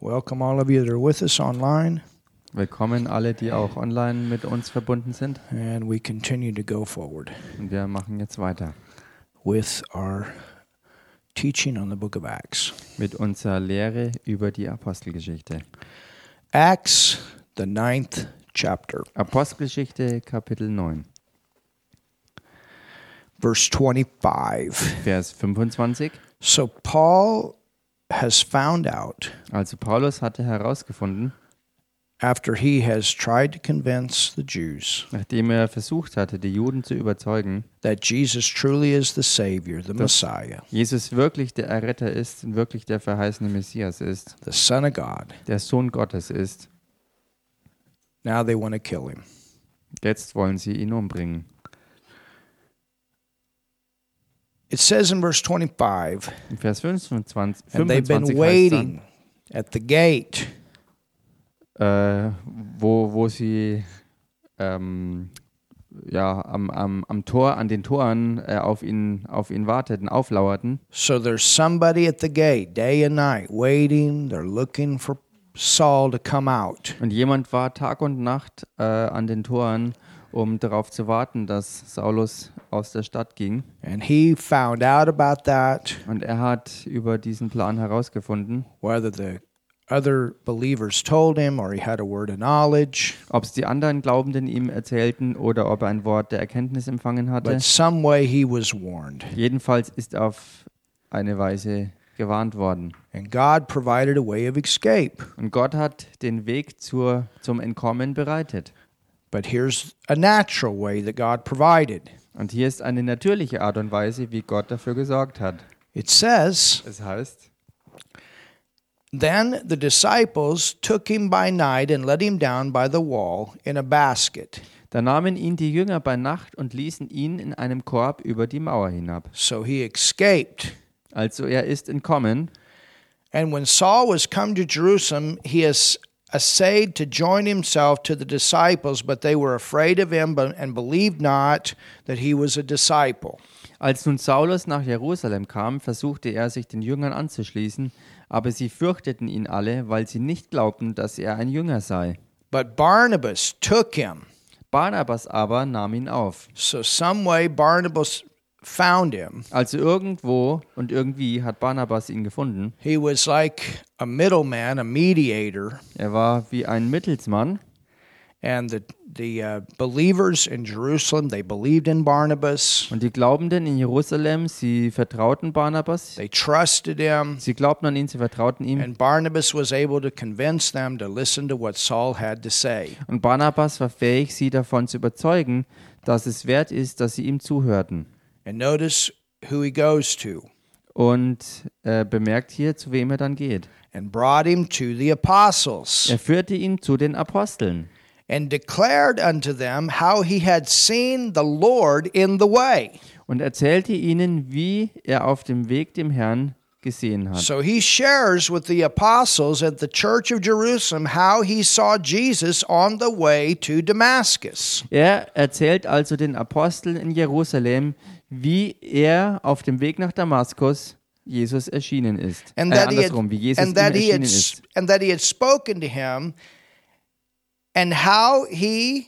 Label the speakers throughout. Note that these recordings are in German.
Speaker 1: Welcome all of you that are with us online,
Speaker 2: Willkommen alle, die auch online mit uns verbunden sind.
Speaker 1: and we continue to go forward
Speaker 2: Und wir machen jetzt weiter
Speaker 1: with our teaching on the book of Acts.
Speaker 2: mit unserer Lehre über die Apostelgeschichte.
Speaker 1: Acts, the ninth chapter,
Speaker 2: Apostelgeschichte Kapitel 9,
Speaker 1: verse 25.
Speaker 2: Vers 25.
Speaker 1: So Paul has found out,
Speaker 2: Also Paulus hatte herausgefunden,
Speaker 1: after he has tried to convince the Jews
Speaker 2: nachdem er versucht hatte, die Juden zu überzeugen,
Speaker 1: that Jesus truly is the Savior, the Messiah,
Speaker 2: Jesus wirklich der Erretter ist und wirklich der verheißene Messias ist,
Speaker 1: the Son of God,
Speaker 2: der Sohn Gottes ist.
Speaker 1: now they want to kill him.
Speaker 2: Jetzt wollen sie ihn umbringen.
Speaker 1: It says in verse 25,
Speaker 2: In Vers 25,
Speaker 1: and they've
Speaker 2: 25
Speaker 1: been
Speaker 2: heißt dann,
Speaker 1: waiting at the gate.
Speaker 2: äh, wo, wo sie ähm, ja, am, am, am Tor, an den Toren äh, auf, ihn, auf ihn warteten, auflauerten.
Speaker 1: So there's somebody at the gate day and night waiting. They're looking for Saul to come out.
Speaker 2: Und jemand war Tag und Nacht äh, an den Toren, um darauf zu warten, dass Saulus aus der Stadt ging.
Speaker 1: And he found out about that,
Speaker 2: Und er hat über diesen Plan herausgefunden,
Speaker 1: whether the other believers told him or he had a word of knowledge.
Speaker 2: ob es die anderen Glaubenden ihm erzählten oder ob er ein Wort der Erkenntnis empfangen hatte.
Speaker 1: But some way he was warned.
Speaker 2: Jedenfalls ist er auf eine Weise gewarnt worden.
Speaker 1: And God provided a way of escape.
Speaker 2: Und Gott hat den Weg zur, zum Entkommen bereitet.
Speaker 1: But here's a natural way that God provided
Speaker 2: Und hier ist eine natürliche Art und Weise, wie Gott dafür gesorgt hat.
Speaker 1: it says,
Speaker 2: Es heißt,
Speaker 1: Then the disciples took him by night and let him down by the wall in a basket.
Speaker 2: da nahmen ihn die Jünger bei Nacht und ließen ihn in einem Korb über die Mauer hinab.
Speaker 1: So he escaped.
Speaker 2: Also er ist entkommen.
Speaker 1: And when Saul was come to Jerusalem, he as- essayed to join himself to the disciples, but they were afraid of him but- and believed not that he was a disciple.
Speaker 2: Als nun Saulus nach Jerusalem kam, versuchte er sich den Jüngern anzuschließen, aber sie fürchteten ihn alle, weil sie nicht glaubten, dass er ein Jünger sei.
Speaker 1: But Barnabas took him.
Speaker 2: Barnabas aber nahm ihn auf.
Speaker 1: So some way Barnabas found him.
Speaker 2: Also irgendwo und irgendwie hat Barnabas ihn gefunden.
Speaker 1: He was like a middleman, a mediator,
Speaker 2: Er war wie ein Mittelsmann
Speaker 1: and the the uh, believers in Jerusalem they believed in Barnabas.
Speaker 2: und die Glaubenden in Jerusalem, sie vertrauten Barnabas,
Speaker 1: They trusted him.
Speaker 2: sie glaubten an ihn, sie vertrauten ihm
Speaker 1: And Barnabas was able to convince them to listen to what Saul had to say.
Speaker 2: und Barnabas war fähig, sie davon zu überzeugen, dass es wert ist, dass sie ihm zuhörten.
Speaker 1: And notice who he goes to
Speaker 2: Und äh, bemerkt hier, zu wem er dann geht.
Speaker 1: and brought him to the apostles
Speaker 2: Er führte ihn zu den Aposteln
Speaker 1: and declared unto them how he had seen the Lord in the way.
Speaker 2: und erzählte ihnen, wie er auf dem Weg dem Herrn gesehen hat.
Speaker 1: So he shares with the apostles at the church of Jerusalem how he saw Jesus on the way to Damascus.
Speaker 2: Er erzählt also den Aposteln in Jerusalem, wie er auf dem Weg nach Damaskus Jesus erschienen ist.
Speaker 1: And
Speaker 2: äh,
Speaker 1: that, he had,
Speaker 2: andersrum, wie Jesus ihm
Speaker 1: and, that he
Speaker 2: erschienen
Speaker 1: had, s-
Speaker 2: ist.
Speaker 1: and that he had spoken to him and how he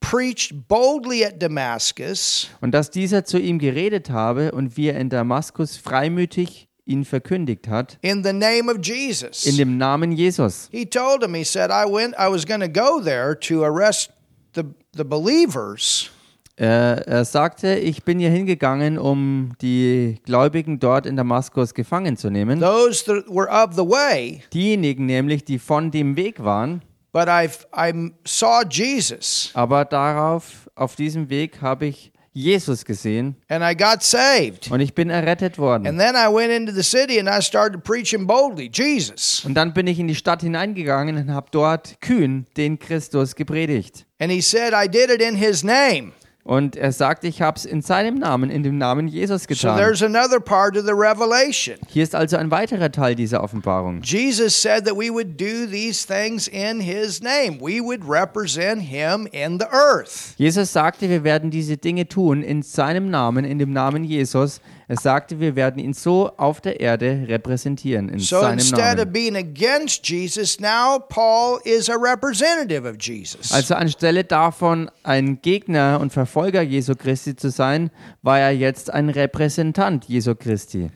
Speaker 1: preached boldly at Damascus.
Speaker 2: Und dass dieser zu ihm geredet habe und wie er in Damaskus freimütig ihn verkündigt hat,
Speaker 1: in the name of Jesus.
Speaker 2: in dem Namen Jesus.
Speaker 1: he told him, he said, I went, I was going to go there to arrest the, the believers,
Speaker 2: Äh, Er, er sagte, ich bin hier hingegangen, um die Gläubigen dort in Damaskus gefangen zu nehmen.
Speaker 1: those that were of the way,
Speaker 2: Diejenigen nämlich, die von dem Weg waren,
Speaker 1: but I've, I saw Jesus
Speaker 2: aber darauf, auf diesem Weg habe ich Jesus gesehen
Speaker 1: and I got saved.
Speaker 2: Und ich bin errettet worden.
Speaker 1: And then I went into the city and I started preaching boldly, Jesus.
Speaker 2: Und dann bin ich in die Stadt hineingegangen und habe dort kühn den Christus gepredigt.
Speaker 1: And he said, I did it in his name.
Speaker 2: Und er sagt, ich habe es in seinem Namen, in dem Namen Jesus
Speaker 1: So
Speaker 2: getan.
Speaker 1: there's another part of the revelation.
Speaker 2: Hier ist also ein weiterer Teil dieser Offenbarung.
Speaker 1: Jesus said that we would do these things in his name. We would represent him in the earth.
Speaker 2: Jesus sagte, wir werden diese Dinge tun in seinem Namen, in dem Namen Jesus, Es sagte, wir werden ihn so auf der Erde repräsentieren in
Speaker 1: So
Speaker 2: seinem
Speaker 1: instead
Speaker 2: Namen.
Speaker 1: of being against Jesus, now Paul is a representative of Jesus.
Speaker 2: Also anstelle davon, ein Gegner und Verfolger Jesu Christi zu sein, war er jetzt ein Repräsentant Jesu Christi.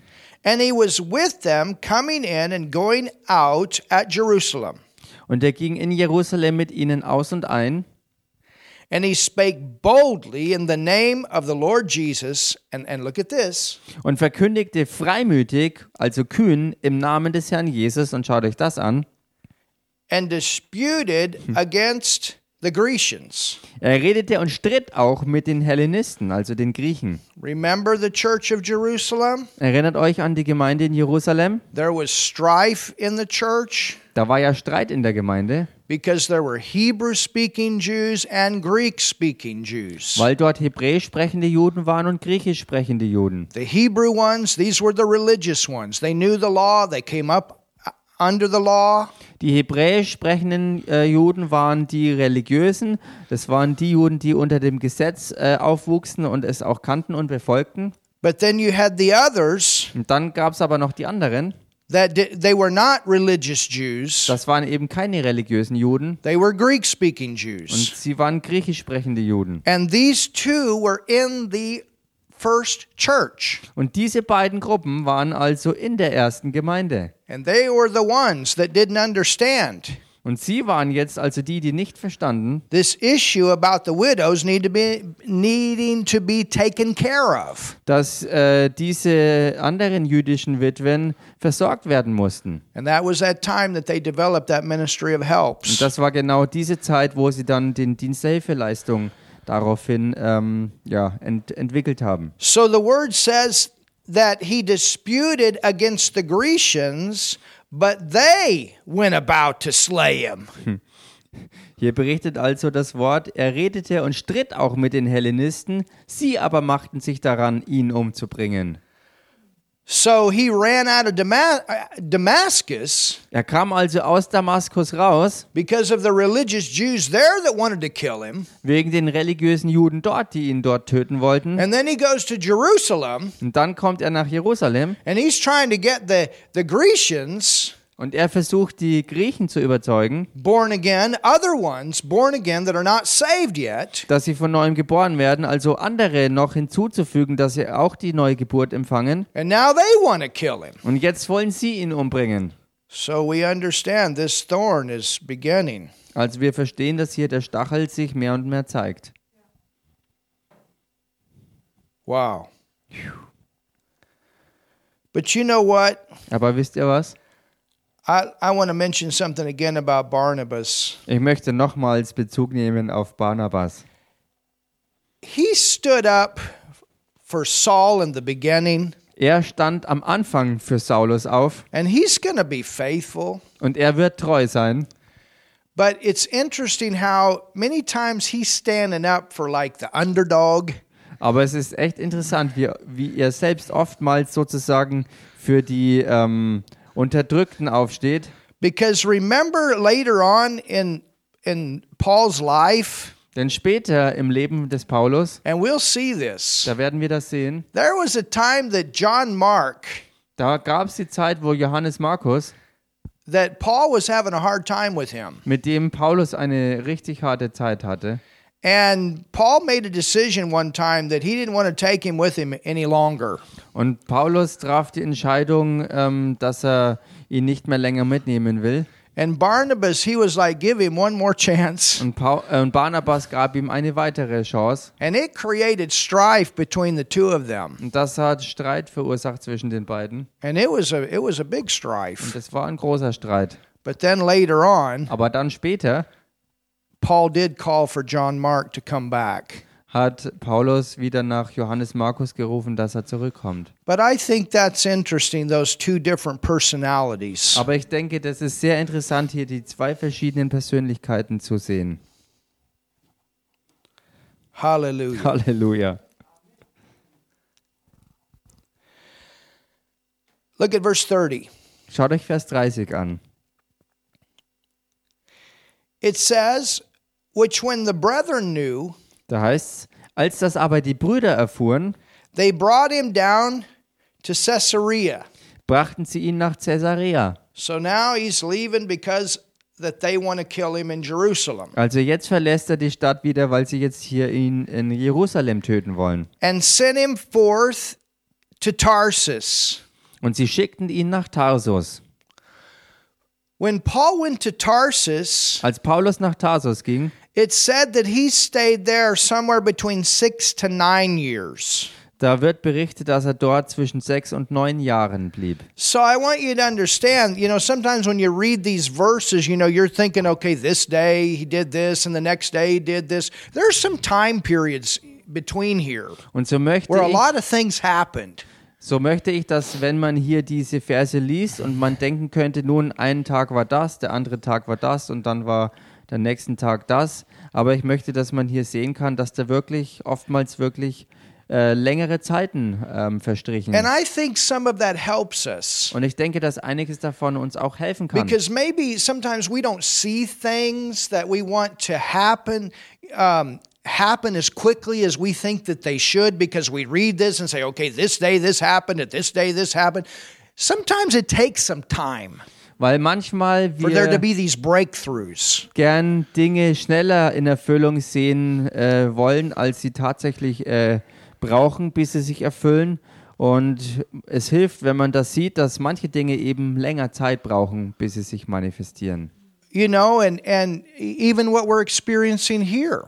Speaker 1: and he was with them coming in and going out at Jerusalem.
Speaker 2: Und er ging in Jerusalem mit ihnen aus und ein.
Speaker 1: And he spake boldly in the name of the Lord Jesus. And, and look at this.
Speaker 2: und verkündigte freimütig, also kühn, im Namen des Herrn Jesus, und schaut euch das an,
Speaker 1: And disputed against the Grecians.
Speaker 2: er redete und stritt auch mit den Hellenisten, also den Griechen.
Speaker 1: Remember the church of Jerusalem?
Speaker 2: Erinnert euch an die Gemeinde in Jerusalem?
Speaker 1: There was strife in the church
Speaker 2: Da war ja Streit in der Gemeinde,
Speaker 1: because there were Hebrew speaking Jews and Greek speaking Jews.
Speaker 2: weil dort hebräisch sprechende Juden waren und griechisch sprechende Juden.
Speaker 1: The Hebrew ones, these were the religious ones. They knew the law, they came up uh, under the law.
Speaker 2: Die hebräisch sprechenden äh, Juden waren die Religiösen, das waren die Juden, die unter dem Gesetz äh, aufwuchsen und es auch kannten und befolgten.
Speaker 1: But then you had the others
Speaker 2: Und dann gab es aber noch die anderen,
Speaker 1: that di- they were not religious Jews.
Speaker 2: das waren eben keine religiösen Juden,
Speaker 1: They were Greek speaking
Speaker 2: Und
Speaker 1: Jews.
Speaker 2: sie waren griechisch sprechende Juden.
Speaker 1: And these two were in the first church.
Speaker 2: Und diese beiden Gruppen waren also in der ersten Gemeinde.
Speaker 1: And they were the ones that didn't understand.
Speaker 2: Und sie waren jetzt also die, die nicht verstanden,
Speaker 1: This issue about the widows need to be needing to be taken care of.
Speaker 2: dass äh, diese anderen jüdischen Witwen versorgt werden mussten.
Speaker 1: And that was that time that they developed that ministry of helps.
Speaker 2: Und das war genau diese Zeit, wo sie dann den Dienst der Hilfeleistung daraufhin ähm, ja, ent entwickelt haben.
Speaker 1: So the word says that he disputed against the Grecians, but they went about to slay him.
Speaker 2: Hier berichtet also das Wort, er redete und stritt auch mit den Hellenisten, sie aber machten sich daran, ihn umzubringen.
Speaker 1: So he ran out of Dama- uh, Damascus
Speaker 2: Er kam also aus Damaskus raus,
Speaker 1: because of the religious Jews there that wanted to kill him.
Speaker 2: wegen den religiösen Juden dort, die ihn dort töten wollten.
Speaker 1: And then he goes to Jerusalem
Speaker 2: Und dann kommt er nach Jerusalem
Speaker 1: and he's trying to get the, the Grecians
Speaker 2: und er versucht, die Griechen zu überzeugen,
Speaker 1: born again, other ones born again that are not saved yet.
Speaker 2: dass sie von neuem geboren werden, also andere noch hinzuzufügen, dass sie auch die neue Geburt empfangen.
Speaker 1: And now they want to kill him.
Speaker 2: Und jetzt wollen sie ihn umbringen.
Speaker 1: So we understand this thorn is beginning.
Speaker 2: Also wir verstehen, dass hier der Stachel sich mehr und mehr zeigt.
Speaker 1: Wow. But you know what?
Speaker 2: Aber wisst ihr was?
Speaker 1: I, I want to mention something again about Barnabas.
Speaker 2: Ich möchte nochmals Bezug nehmen auf Barnabas.
Speaker 1: He stood up for Saul in the beginning,
Speaker 2: Er stand am Anfang für Saulus auf
Speaker 1: and he's going to be faithful.
Speaker 2: und er wird treu sein.
Speaker 1: But it's interesting how many times he's standing up for like the underdog.
Speaker 2: Aber es ist echt interessant, wie, wie er selbst oftmals sozusagen für die ähm, Unterdrückten aufsteht.
Speaker 1: Because remember later on in, in Paul's life,
Speaker 2: Denn später im Leben des Paulus,
Speaker 1: and we'll see this,
Speaker 2: da werden wir das sehen,
Speaker 1: there was a time that John Mark,
Speaker 2: da gab es die Zeit, wo Johannes Markus,
Speaker 1: that Paul was having a hard time with him.
Speaker 2: mit dem Paulus eine richtig harte Zeit hatte.
Speaker 1: And Paul made a decision one time that he didn't want to take him with him any longer.
Speaker 2: Und Paulus traf die Entscheidung, ähm, dass er ihn nicht mehr länger mitnehmen will.
Speaker 1: And Barnabas, he was like, give him one more chance.
Speaker 2: Und, Paul, äh, und Barnabas gab ihm eine weitere Chance.
Speaker 1: And it created strife between the two of them.
Speaker 2: Und das hat Streit verursacht zwischen den beiden.
Speaker 1: And it was a it was a big
Speaker 2: Und
Speaker 1: strife.
Speaker 2: das war ein großer Streit.
Speaker 1: But then later on,
Speaker 2: Aber dann später
Speaker 1: Paul did call for John Mark to come back.
Speaker 2: hat Paulus wieder nach Johannes Markus gerufen, dass er zurückkommt.
Speaker 1: But I think that's interesting, those two different personalities.
Speaker 2: Aber ich denke, das ist sehr interessant, hier die zwei verschiedenen Persönlichkeiten zu sehen.
Speaker 1: Hallelujah.
Speaker 2: Halleluja.
Speaker 1: Look at verse 30.
Speaker 2: Schaut euch Vers 30 an.
Speaker 1: It says, which when the brethren knew,
Speaker 2: Da heißt es, als das aber die Brüder erfuhren,
Speaker 1: They brought him down to Caesarea.
Speaker 2: brachten sie ihn nach Caesarea.
Speaker 1: So now he's leaving because that they want to kill him in Jerusalem.
Speaker 2: Also jetzt verlässt er die Stadt wieder, weil sie jetzt hier ihn in Jerusalem töten wollen.
Speaker 1: And sent him forth to Tarsus.
Speaker 2: Und sie schickten ihn nach Tarsus.
Speaker 1: When Paul went to Tarsus,
Speaker 2: Als Paulus nach Tarsus ging,
Speaker 1: it said that he stayed there somewhere between six to nine years.
Speaker 2: da wird berichtet, dass er dort zwischen sechs und neun Jahren blieb.
Speaker 1: So I want you to understand, you know, sometimes when you read these verses, you know, you're thinking, okay, this day he did this and the next day he did this. There's some time periods between here
Speaker 2: Und so möchte
Speaker 1: where a
Speaker 2: ich,
Speaker 1: lot of things happened.
Speaker 2: so möchte ich, dass wenn man hier diese Verse liest und man denken könnte, nun einen Tag war das, der andere Tag war das und dann war der nächsten Tag das. Aber ich möchte, dass man hier sehen kann, dass da wirklich oftmals wirklich äh, längere Zeiten ähm, verstrichen.
Speaker 1: And I think some of that helps us
Speaker 2: Und ich denke, dass einiges davon uns auch helfen kann.
Speaker 1: because maybe sometimes we don't see things that we want to happen. Um, happen as quickly as we think that they should because we read this and say okay this day this happened at this day this happened sometimes it takes some time
Speaker 2: Weil manchmal
Speaker 1: for there to
Speaker 2: wir
Speaker 1: be these breakthroughs.
Speaker 2: gern Dinge schneller in Erfüllung sehen äh, wollen, als sie tatsächlich äh, brauchen, bis sie sich erfüllen. Und es hilft, wenn man das sieht, dass manche Dinge eben länger Zeit brauchen, bis sie sich manifestieren.
Speaker 1: You know, and and e, even what we're experiencing here.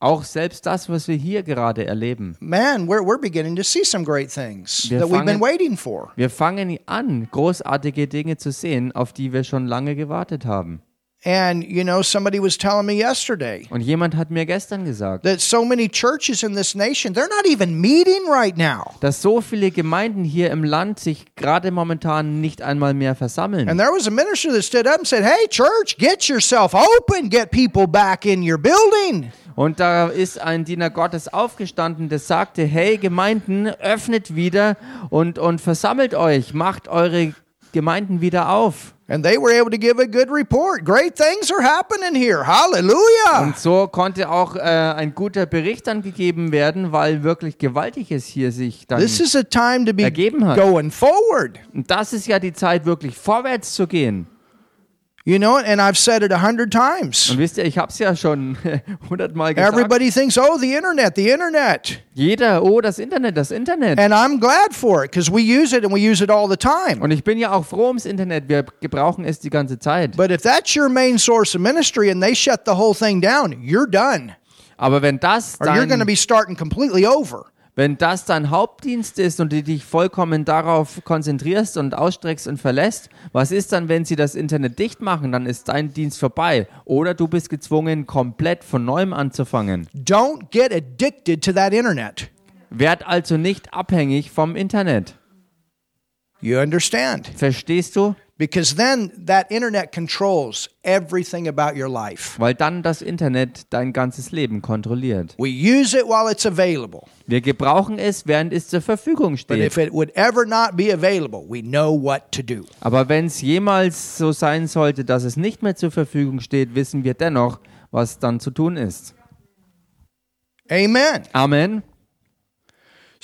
Speaker 2: Auch selbst das, was wir hier gerade erleben.
Speaker 1: Man, we're we're beginning to see some great things
Speaker 2: Wir
Speaker 1: that we've been
Speaker 2: fangen-
Speaker 1: waiting for.
Speaker 2: Wir fangen an, großartige Dinge zu sehen, auf die wir schon lange gewartet haben.
Speaker 1: And you know, somebody was telling me yesterday
Speaker 2: Und jemand hat mir gestern gesagt,
Speaker 1: that so many churches in this nation, they're not even meeting right now.
Speaker 2: dass so viele Gemeinden hier im Land sich gerade momentan nicht einmal mehr versammeln.
Speaker 1: And there was a minister that stood up and said, "Hey church, get yourself open, get people back in your building."
Speaker 2: Und da ist ein Diener Gottes aufgestanden, der sagte, hey Gemeinden, öffnet wieder und, und versammelt euch, macht eure Gemeinden wieder auf.
Speaker 1: And they were able to give a good report. Great things are happening here. Hallelujah.
Speaker 2: Und so konnte auch äh, ein guter Bericht dann gegeben werden, weil wirklich Gewaltiges hier sich dann...
Speaker 1: This is a time to be
Speaker 2: Ergeben hat.
Speaker 1: going forward.
Speaker 2: Und das ist ja die Zeit, wirklich vorwärts zu gehen.
Speaker 1: You know, and I've said it a hundred times.
Speaker 2: Und wisst ihr, ich habe es ja schon hundertmal gesagt.
Speaker 1: Everybody thinks, oh, the internet, the internet.
Speaker 2: Jeder, oh, das Internet, das Internet.
Speaker 1: And I'm glad for it because we use it and we use it all the time.
Speaker 2: Und ich bin ja auch froh ums Internet. Wir gebrauchen es die ganze Zeit.
Speaker 1: But if that's your main source of ministry and they shut the whole thing down, you're done.
Speaker 2: Aber wenn das
Speaker 1: Or you're going to
Speaker 2: dein,
Speaker 1: be starting completely over.
Speaker 2: wenn das dein Hauptdienst ist und du dich vollkommen darauf konzentrierst und ausstreckst und verlässt, was ist dann, wenn sie das Internet dicht machen? Dann ist dein Dienst vorbei. Oder du bist gezwungen, komplett von neuem anzufangen.
Speaker 1: Don't get addicted to that internet.
Speaker 2: Werd also nicht abhängig vom Internet.
Speaker 1: You understand?
Speaker 2: Verstehst du?
Speaker 1: Because then that internet controls everything about your life.
Speaker 2: Weil dann das Internet dein ganzes Leben kontrolliert.
Speaker 1: We use it while it's available.
Speaker 2: Wir gebrauchen es, während es zur Verfügung
Speaker 1: But
Speaker 2: steht.
Speaker 1: if it would ever not be available, we know what to do.
Speaker 2: Aber wenn es jemals so sein sollte, dass es nicht mehr zur Verfügung steht, wissen wir dennoch, was dann zu tun ist.
Speaker 1: Amen.
Speaker 2: Amen.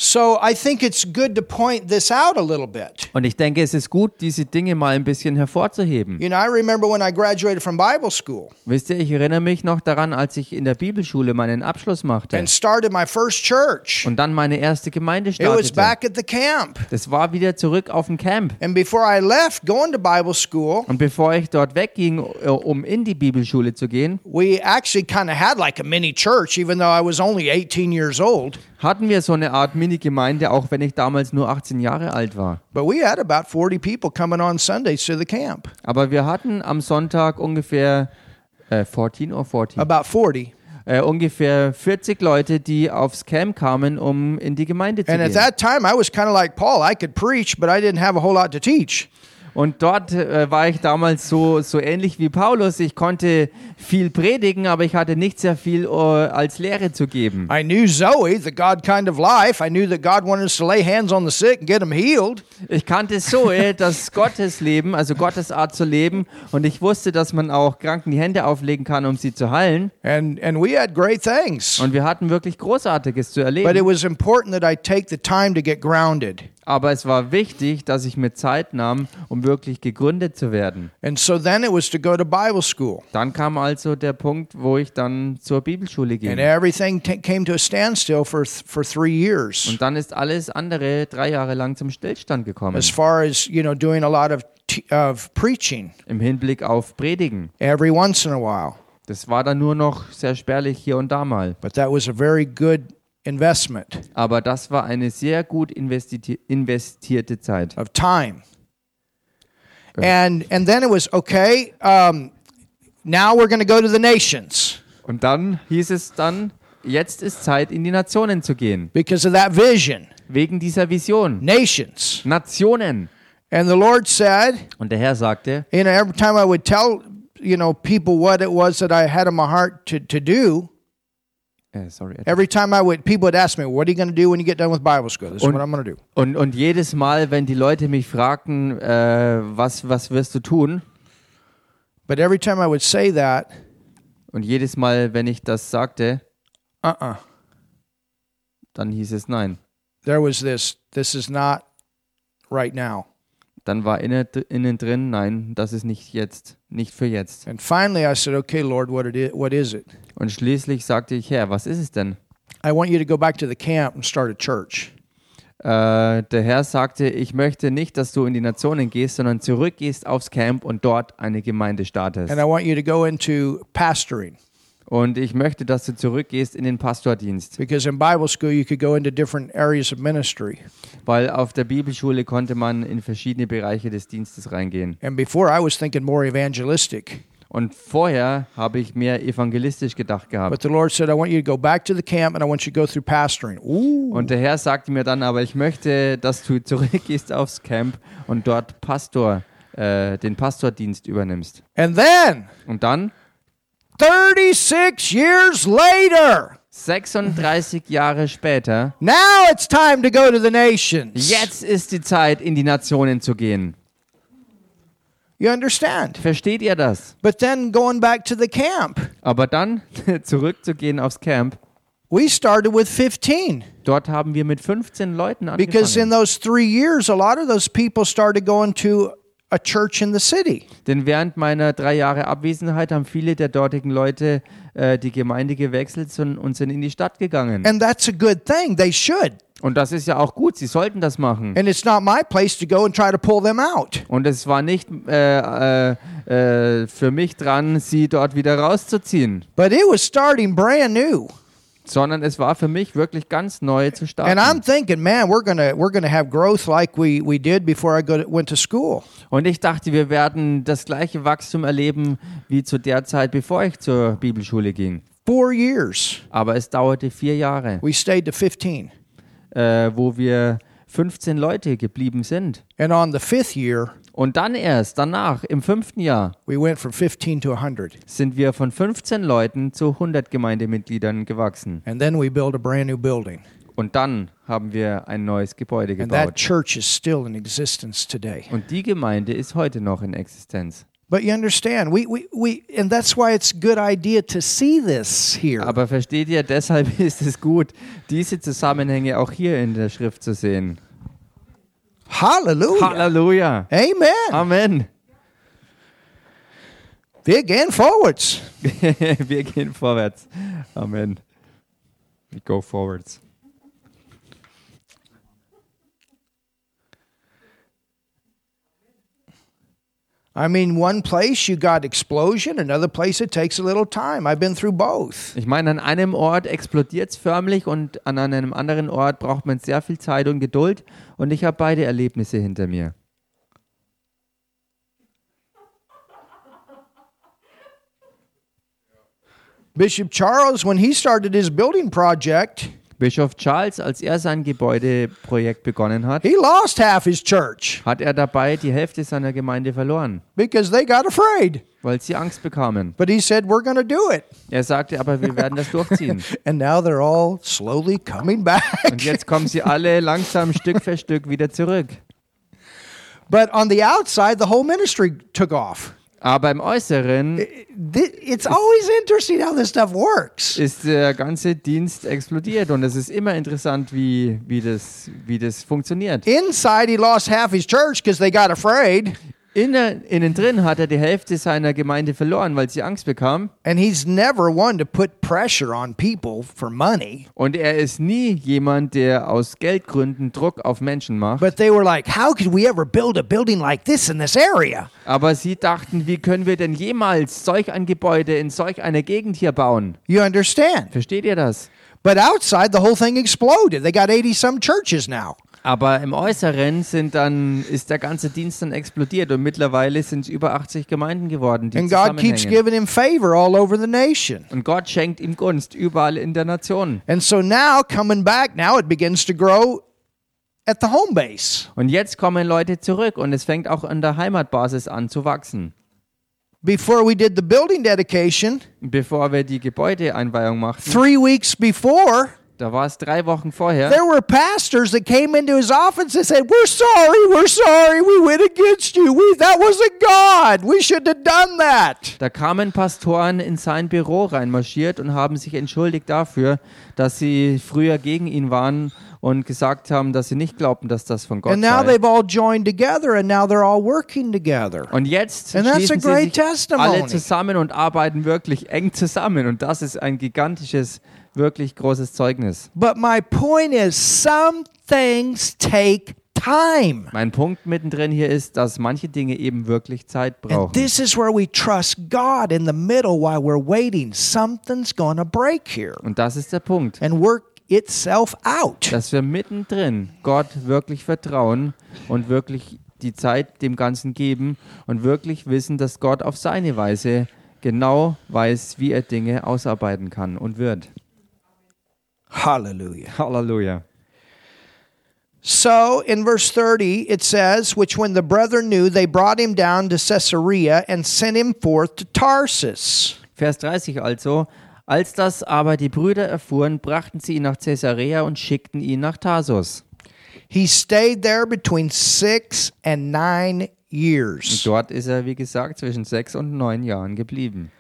Speaker 1: So I think it's good to point this out a little bit.
Speaker 2: Und ich denke, es ist gut, diese Dinge mal ein bisschen hervorzuheben.
Speaker 1: You know, I remember when I graduated from Bible school
Speaker 2: Wisst ihr, ich erinnere mich noch daran, als ich in der Bibelschule meinen Abschluss machte
Speaker 1: and started my first church.
Speaker 2: und dann meine erste Gemeinde
Speaker 1: It was
Speaker 2: startete.
Speaker 1: back at the camp.
Speaker 2: Das war wieder zurück auf dem Camp.
Speaker 1: And before I left going to Bible school,
Speaker 2: Und bevor ich dort wegging, äh, um in die Bibelschule zu gehen,
Speaker 1: we actually kind of had like a mini church, even though I was only 18 years old.
Speaker 2: hatten wir so eine Art Mini-Gemeinde, auch wenn ich damals nur 18 Jahre alt war.
Speaker 1: But we had about 40 people coming on Sundays to the camp,
Speaker 2: Aber wir hatten am Sonntag ungefähr äh, 14 oder 14?
Speaker 1: about 40.
Speaker 2: Äh, ungefähr 40 Leute, die aufs Camp kamen, um in die Gemeinde zu
Speaker 1: And at
Speaker 2: gehen.
Speaker 1: that time, I was kind of like Paul. I could preach, but I didn't have a whole lot to teach.
Speaker 2: Und dort äh, war ich damals so, so ähnlich wie Paulus. Ich konnte viel predigen, aber ich hatte nicht sehr viel äh, als Lehre zu geben.
Speaker 1: I knew Zoe, the God kind of life. I knew that God wanted us to lay hands on the sick and get them healed.
Speaker 2: Ich kannte so, äh, dass Gottes Leben, also Gottes Art zu leben, und ich wusste, dass man auch Kranken die Hände auflegen kann, um sie zu heilen.
Speaker 1: And and we had great things.
Speaker 2: Und wir hatten wirklich Großartiges zu erleben.
Speaker 1: But it was important that I take the time to get grounded.
Speaker 2: aber es war wichtig, dass ich mir Zeit nahm, um wirklich gegründet zu werden.
Speaker 1: And so then it was to go to Bible school.
Speaker 2: Dann kam also der Punkt, wo ich dann zur Bibelschule ging.
Speaker 1: And everything t- came to a standstill for, th- for three years.
Speaker 2: Und dann ist alles andere drei Jahre lang zum Stillstand gekommen.
Speaker 1: As far as, you know, doing a lot of, t- of preaching
Speaker 2: Im Hinblick auf Predigen.
Speaker 1: every once in a while.
Speaker 2: Das war dann nur noch sehr spärlich hier und da mal.
Speaker 1: But that was a very good investment
Speaker 2: Aber das war eine sehr gut investiti investierte Zeit.
Speaker 1: of time. And, and then it was okay, um, now we're going to go to the nations
Speaker 2: Und dann hieß es dann, jetzt ist Zeit, in die Nationen zu gehen.
Speaker 1: because of that vision.
Speaker 2: Wegen dieser Vision.
Speaker 1: Nations.
Speaker 2: Nationen.
Speaker 1: And the Lord said,
Speaker 2: Und der Herr sagte,
Speaker 1: you know, every time I would tell, you know, people what it was that I had in my heart to, to do,
Speaker 2: äh, sorry,
Speaker 1: every time I would, people would ask me, what are you going to do when you get done with Bible school? This is what I'm going to do.
Speaker 2: Und, und jedes Mal, wenn die Leute mich fragten, äh, was, was wirst du tun?
Speaker 1: But every time I would say that,
Speaker 2: Und jedes Mal, wenn ich das sagte,
Speaker 1: uh-uh,
Speaker 2: dann hieß es nein.
Speaker 1: there was this, this is not right now.
Speaker 2: Dann war innen, innen drin, nein, das ist nicht jetzt, nicht für jetzt.
Speaker 1: And finally I said, okay, Lord, what, it is, what is it?
Speaker 2: Und schließlich sagte ich, Herr, was ist es denn?
Speaker 1: I want you to go back to the camp and start a church.
Speaker 2: Äh, der Herr sagte, ich möchte nicht, dass du in die Nationen gehst, sondern zurückgehst aufs Camp und dort eine Gemeinde startest.
Speaker 1: And I want you to go into pastoring
Speaker 2: Und ich möchte, dass du zurückgehst in den Pastordienst,
Speaker 1: because in Bible school you could go into different areas of ministry.
Speaker 2: weil auf der Bibelschule konnte man in verschiedene Bereiche des Dienstes reingehen.
Speaker 1: And before I was thinking more evangelistic.
Speaker 2: Und vorher habe ich mehr evangelistisch gedacht
Speaker 1: But
Speaker 2: gehabt.
Speaker 1: the Lord said, I want you to go back to the camp and I want you to go through pastoring. Ooh.
Speaker 2: Und der Herr sagte mir dann, aber ich möchte, dass du zurückgehst aufs Camp und dort Pastor, äh, den Pastordienst übernimmst.
Speaker 1: And then,
Speaker 2: Und dann,
Speaker 1: 36 years later,
Speaker 2: 36 Jahre später,
Speaker 1: now it's time to go to the nations.
Speaker 2: jetzt ist die Zeit, in die Nationen zu gehen.
Speaker 1: You understand?
Speaker 2: Versteht ihr das?
Speaker 1: But then going back to the camp,
Speaker 2: Aber dann zurückzugehen aufs Camp.
Speaker 1: we started with 15
Speaker 2: Dort haben wir mit 15 Leuten
Speaker 1: because in
Speaker 2: angefangen.
Speaker 1: those three years, a lot of those people started going to a church in the city.
Speaker 2: Denn während meiner drei Jahre Abwesenheit haben viele der dortigen Leute äh, die Gemeinde gewechselt und, und sind in die Stadt gegangen.
Speaker 1: And that's a good thing. They should.
Speaker 2: Und das ist ja auch gut, sie sollten das machen.
Speaker 1: And it's not my place to go and try to pull them out.
Speaker 2: Und es war nicht äh, äh, äh, für mich dran, sie dort wieder rauszuziehen,
Speaker 1: But it was starting brand new.
Speaker 2: sondern es war für mich wirklich ganz neu zu
Speaker 1: And I'm
Speaker 2: starten.
Speaker 1: thinking, man, we're gonna we're gonna have growth like we we did before I go to, went to school.
Speaker 2: Und ich dachte, wir werden das gleiche Wachstum erleben wie zu der Zeit, bevor ich zur Bibelschule ging.
Speaker 1: Four years,
Speaker 2: Aber es dauerte vier Jahre,
Speaker 1: we stayed to 15,
Speaker 2: äh, wo wir 15 Leute geblieben sind.
Speaker 1: and on the fifth year,
Speaker 2: Und dann erst, danach, im fünften Jahr,
Speaker 1: we went from 15 to 100,
Speaker 2: sind wir von 15 Leuten zu 100 Gemeindemitgliedern gewachsen.
Speaker 1: and then we built a brand new building,
Speaker 2: Und dann haben wir ein neues Gebäude
Speaker 1: and that
Speaker 2: gebaut.
Speaker 1: church is still in existence today.
Speaker 2: Und die Gemeinde ist heute noch in Existenz.
Speaker 1: But you understand, we we we, and that's why it's a good idea to see this here.
Speaker 2: Aber versteht ihr, deshalb ist es gut, diese Zusammenhänge auch hier in der Schrift zu sehen.
Speaker 1: Hallelujah.
Speaker 2: Halleluja!
Speaker 1: Amen.
Speaker 2: Amen!
Speaker 1: Big and forwards.
Speaker 2: Wir gehen vorwärts. Amen. We go forwards.
Speaker 1: I mean, one place you got explosion, another place it takes a little time. I've been through both.
Speaker 2: Ich meine, an einem Ort explodiert es förmlich und an einem anderen Ort braucht man sehr viel Zeit und Geduld. Und ich habe beide Erlebnisse hinter mir.
Speaker 1: Bishop Charles, when he started his building project,
Speaker 2: Bischof Charles, als er sein Gebäudeprojekt begonnen hat,
Speaker 1: he lost half his church
Speaker 2: hat er dabei die Hälfte seiner Gemeinde verloren,
Speaker 1: because they got afraid.
Speaker 2: weil sie Angst bekamen.
Speaker 1: But he said, We're going to do it.
Speaker 2: Er sagte aber, wir werden das durchziehen.
Speaker 1: And now they're all slowly coming
Speaker 2: Und
Speaker 1: back.
Speaker 2: jetzt kommen sie alle langsam Stück für Stück wieder zurück.
Speaker 1: But on the outside, the whole ministry took off.
Speaker 2: Aber im Äußeren
Speaker 1: Thi- It's always interesting how this stuff works.
Speaker 2: ist der ganze Dienst explodiert und es ist immer interessant, wie, wie, das, wie das funktioniert.
Speaker 1: Inside, he lost half his church because they got afraid,
Speaker 2: Innen, innen drin hat er die Hälfte seiner Gemeinde verloren, weil sie Angst bekam.
Speaker 1: and he's never one to put pressure on people for money.
Speaker 2: Und er ist nie jemand, der aus Geldgründen Druck auf Menschen macht.
Speaker 1: But they were like, how could we ever build a building like this in this area?
Speaker 2: Aber sie dachten, wie können wir denn jemals solch ein Gebäude in solch einer Gegend hier bauen?
Speaker 1: You understand?
Speaker 2: Versteht ihr das?
Speaker 1: But outside, the whole thing exploded. They got 80 some churches now.
Speaker 2: Aber im Äußeren sind dann, ist der ganze Dienst dann explodiert und mittlerweile sind es über 80 Gemeinden geworden, die
Speaker 1: And God keeps
Speaker 2: zusammenhängen.
Speaker 1: giving him favor all over the nation.
Speaker 2: Und Gott schenkt ihm Gunst überall in der Nation.
Speaker 1: And so now, coming back, now it begins to grow at the home base
Speaker 2: Und jetzt kommen Leute zurück und es fängt auch an der Heimatbasis an zu wachsen.
Speaker 1: before we did the building dedication,
Speaker 2: Bevor wir die Gebäudeeinweihung machten,
Speaker 1: three weeks before,
Speaker 2: da war es drei Wochen vorher,
Speaker 1: there were pastors that came into his office and said, We're sorry, we're sorry, we went against you. We, that wasn't God. We shouldn't have done that.
Speaker 2: da kamen Pastoren in sein Büro reinmarschiert und haben sich entschuldigt dafür, dass sie früher gegen ihn waren und gesagt haben, dass sie nicht glaubten, dass das von Gott
Speaker 1: And now
Speaker 2: sei.
Speaker 1: they've all joined together and now they're all working together.
Speaker 2: Und jetzt
Speaker 1: And that's a
Speaker 2: schließen
Speaker 1: great
Speaker 2: sie sich
Speaker 1: testimony.
Speaker 2: alle zusammen und arbeiten wirklich eng zusammen. Und das ist ein gigantisches, wirklich großes Zeugnis.
Speaker 1: But my point is, some things take time.
Speaker 2: Mein Punkt mittendrin hier ist, dass manche Dinge eben wirklich Zeit
Speaker 1: And
Speaker 2: brauchen.
Speaker 1: this is where we trust God in the middle while we're waiting. Something's going to break here
Speaker 2: Und das ist der Punkt,
Speaker 1: and work itself out.
Speaker 2: dass wir mittendrin Gott wirklich vertrauen und wirklich die Zeit dem Ganzen geben und wirklich wissen, dass Gott auf seine Weise genau weiß, wie er Dinge ausarbeiten kann und wird.
Speaker 1: Hallelujah.
Speaker 2: Halleluja.
Speaker 1: So in verse 30, it says, Which when the brethren knew, they brought him down to Caesarea and sent him forth to Tarsus.
Speaker 2: Vers 30 also. Als das aber die Brüder erfuhren, brachten sie ihn nach Caesarea und schickten ihn nach Tarsus.
Speaker 1: He stayed there between six and nine years.
Speaker 2: Dort ist er, wie gesagt, zwischen sechs und neun Jahren geblieben.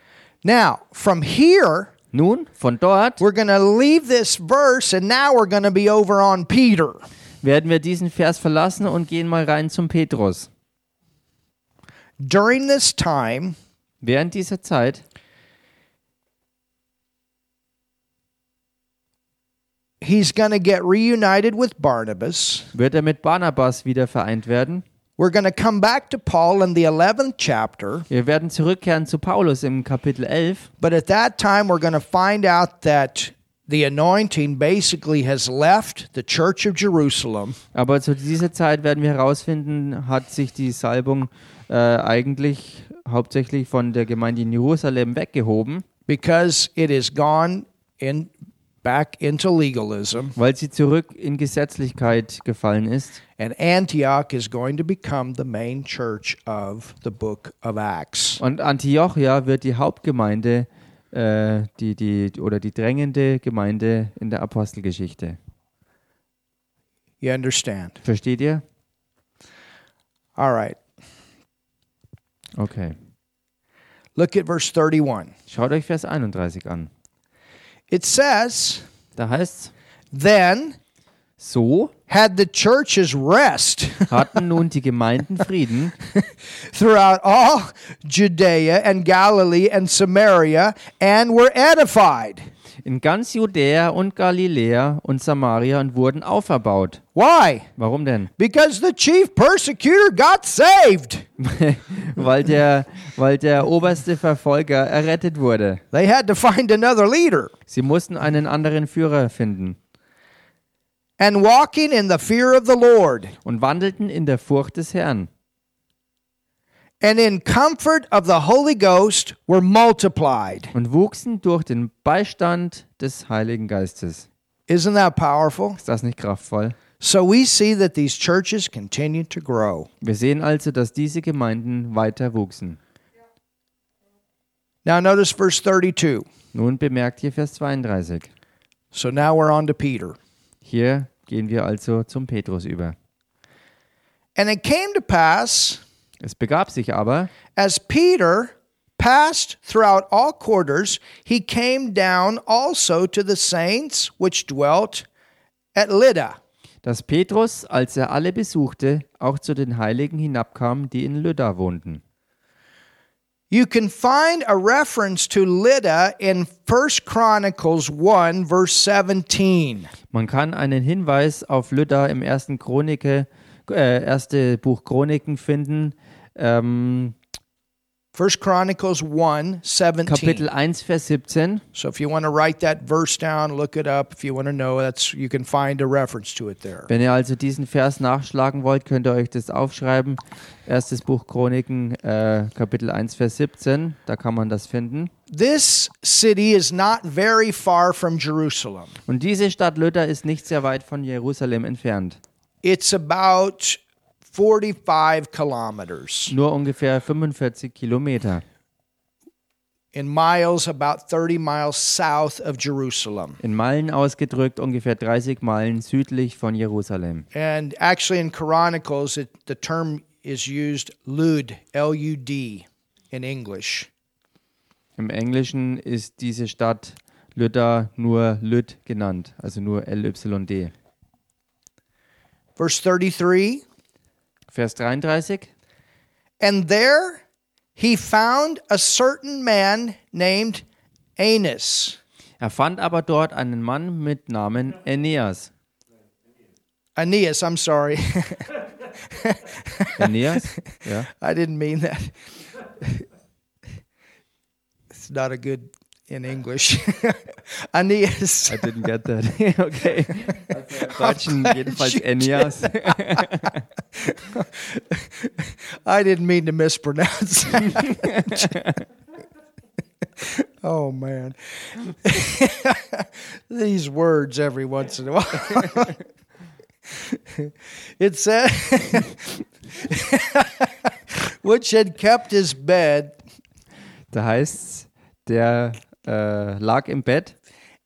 Speaker 1: Now, from here,
Speaker 2: Nun, von dort
Speaker 1: We're going to leave this verse and now we're going to be over on Peter.
Speaker 2: werden wir diesen Vers verlassen und gehen mal rein zum Petrus.
Speaker 1: During this time,
Speaker 2: Während dieser Zeit
Speaker 1: he's going to get reunited with Barnabas.
Speaker 2: wird er mit Barnabas wieder vereint werden.
Speaker 1: We're going to come back to Paul in the 11th chapter,
Speaker 2: Wir werden zurückkehren zu Paulus im Kapitel 11.
Speaker 1: but at that time, we're going to find out that the anointing basically has left the church of Jerusalem
Speaker 2: Aber zu dieser Zeit werden wir herausfinden, hat sich die Salbung äh, eigentlich hauptsächlich von der Gemeinde in Jerusalem weggehoben.
Speaker 1: because it is gone in back into legalism
Speaker 2: weil sie zurück in Gesetzlichkeit gefallen ist.
Speaker 1: and Antioch is going to become the main church of the book of Acts.
Speaker 2: Und Antiochia wird die Hauptgemeinde, äh, die, die, oder die drängende Gemeinde in der Apostelgeschichte.
Speaker 1: You understand?
Speaker 2: Versteht ihr?
Speaker 1: All right.
Speaker 2: Okay.
Speaker 1: Look at verse 31.
Speaker 2: Schaut euch Vers 31 an.
Speaker 1: It says,
Speaker 2: Da heißt's,
Speaker 1: Then
Speaker 2: so
Speaker 1: had the churches rest
Speaker 2: hatten nun die Gemeinden Frieden
Speaker 1: throughout all Judea and Galilee and Samaria and were edified.
Speaker 2: in ganz Judäa und Galiläa und Samaria und wurden auferbaut.
Speaker 1: Why?
Speaker 2: Warum denn?
Speaker 1: Because the chief persecutor got saved.
Speaker 2: weil, der, weil der oberste Verfolger errettet wurde.
Speaker 1: They had to find another leader.
Speaker 2: Sie mussten einen anderen Führer finden.
Speaker 1: And walking in the fear of the Lord
Speaker 2: und wandelten in der Furcht des Herrn.
Speaker 1: and in comfort of the Holy Ghost were multiplied.
Speaker 2: Und wuchsen durch den Beistand des Heiligen Geistes.
Speaker 1: Isn't that powerful?
Speaker 2: Ist das nicht kraftvoll?
Speaker 1: So we see that these churches continue to grow.
Speaker 2: Wir sehen also, dass diese Gemeinden weiter wuchsen.
Speaker 1: Now, notice verse 32.
Speaker 2: Nun bemerkt hier Vers 32.
Speaker 1: So now we're on to Peter.
Speaker 2: Hier gehen wir also zum Petrus über.
Speaker 1: And it came to pass
Speaker 2: Es begab sich aber,
Speaker 1: As Peter passed throughout all quarters, he came down also to the saints which dwelt at Lydda.
Speaker 2: dass Petrus, als er alle besuchte, auch zu den Heiligen hinabkam, die in Lydda wohnten.
Speaker 1: You can find a reference to Lydda in 1 Chronicles 1, verse 17.
Speaker 2: Man kann einen Hinweis auf Lydda im ersten Chronike, äh, erste Buch Chroniken finden, ähm,
Speaker 1: 1 Chronicles 1, 17.
Speaker 2: Kapitel 1, Vers 17.
Speaker 1: So if you want to write that verse down, look it up. If you want to know, that's you can find a reference to it there.
Speaker 2: Wenn ihr also diesen Vers nachschlagen wollt, könnt ihr euch das aufschreiben. Erstes Buch Chroniken, äh, Kapitel 1, Vers 17. Da kann man das finden.
Speaker 1: This city is not very far from Jerusalem.
Speaker 2: Und diese Stadt Lydda ist nicht sehr weit von Jerusalem entfernt.
Speaker 1: It's about 45 kilometers.
Speaker 2: Nur ungefähr 45 Kilometer.
Speaker 1: In miles, about 30 miles south of Jerusalem.
Speaker 2: In Meilen ausgedrückt, ungefähr 30 Meilen südlich von Jerusalem.
Speaker 1: And actually, in Chronicles, it, the term is used lud, L U D, in English.
Speaker 2: Im Englischen ist diese Stadt Lydda nur Lyd genannt, also nur LYD.
Speaker 1: Verse 33
Speaker 2: Vers 33.
Speaker 1: And there he found a certain man named Anus,
Speaker 2: Er fand aber dort einen Mann mit Namen Aeneas.
Speaker 1: Aeneas, I'm sorry.
Speaker 2: Aeneas? ja.
Speaker 1: I didn't mean that. it's not a good in English. Aeneas.
Speaker 2: I didn't get that. okay. Also im Deutschen jedenfalls Aeneas.
Speaker 1: I didn't mean to mispronounce that. oh, man. These words every once in a while. it said, which had kept his bed
Speaker 2: Da heißt's, der äh, lag im Bett,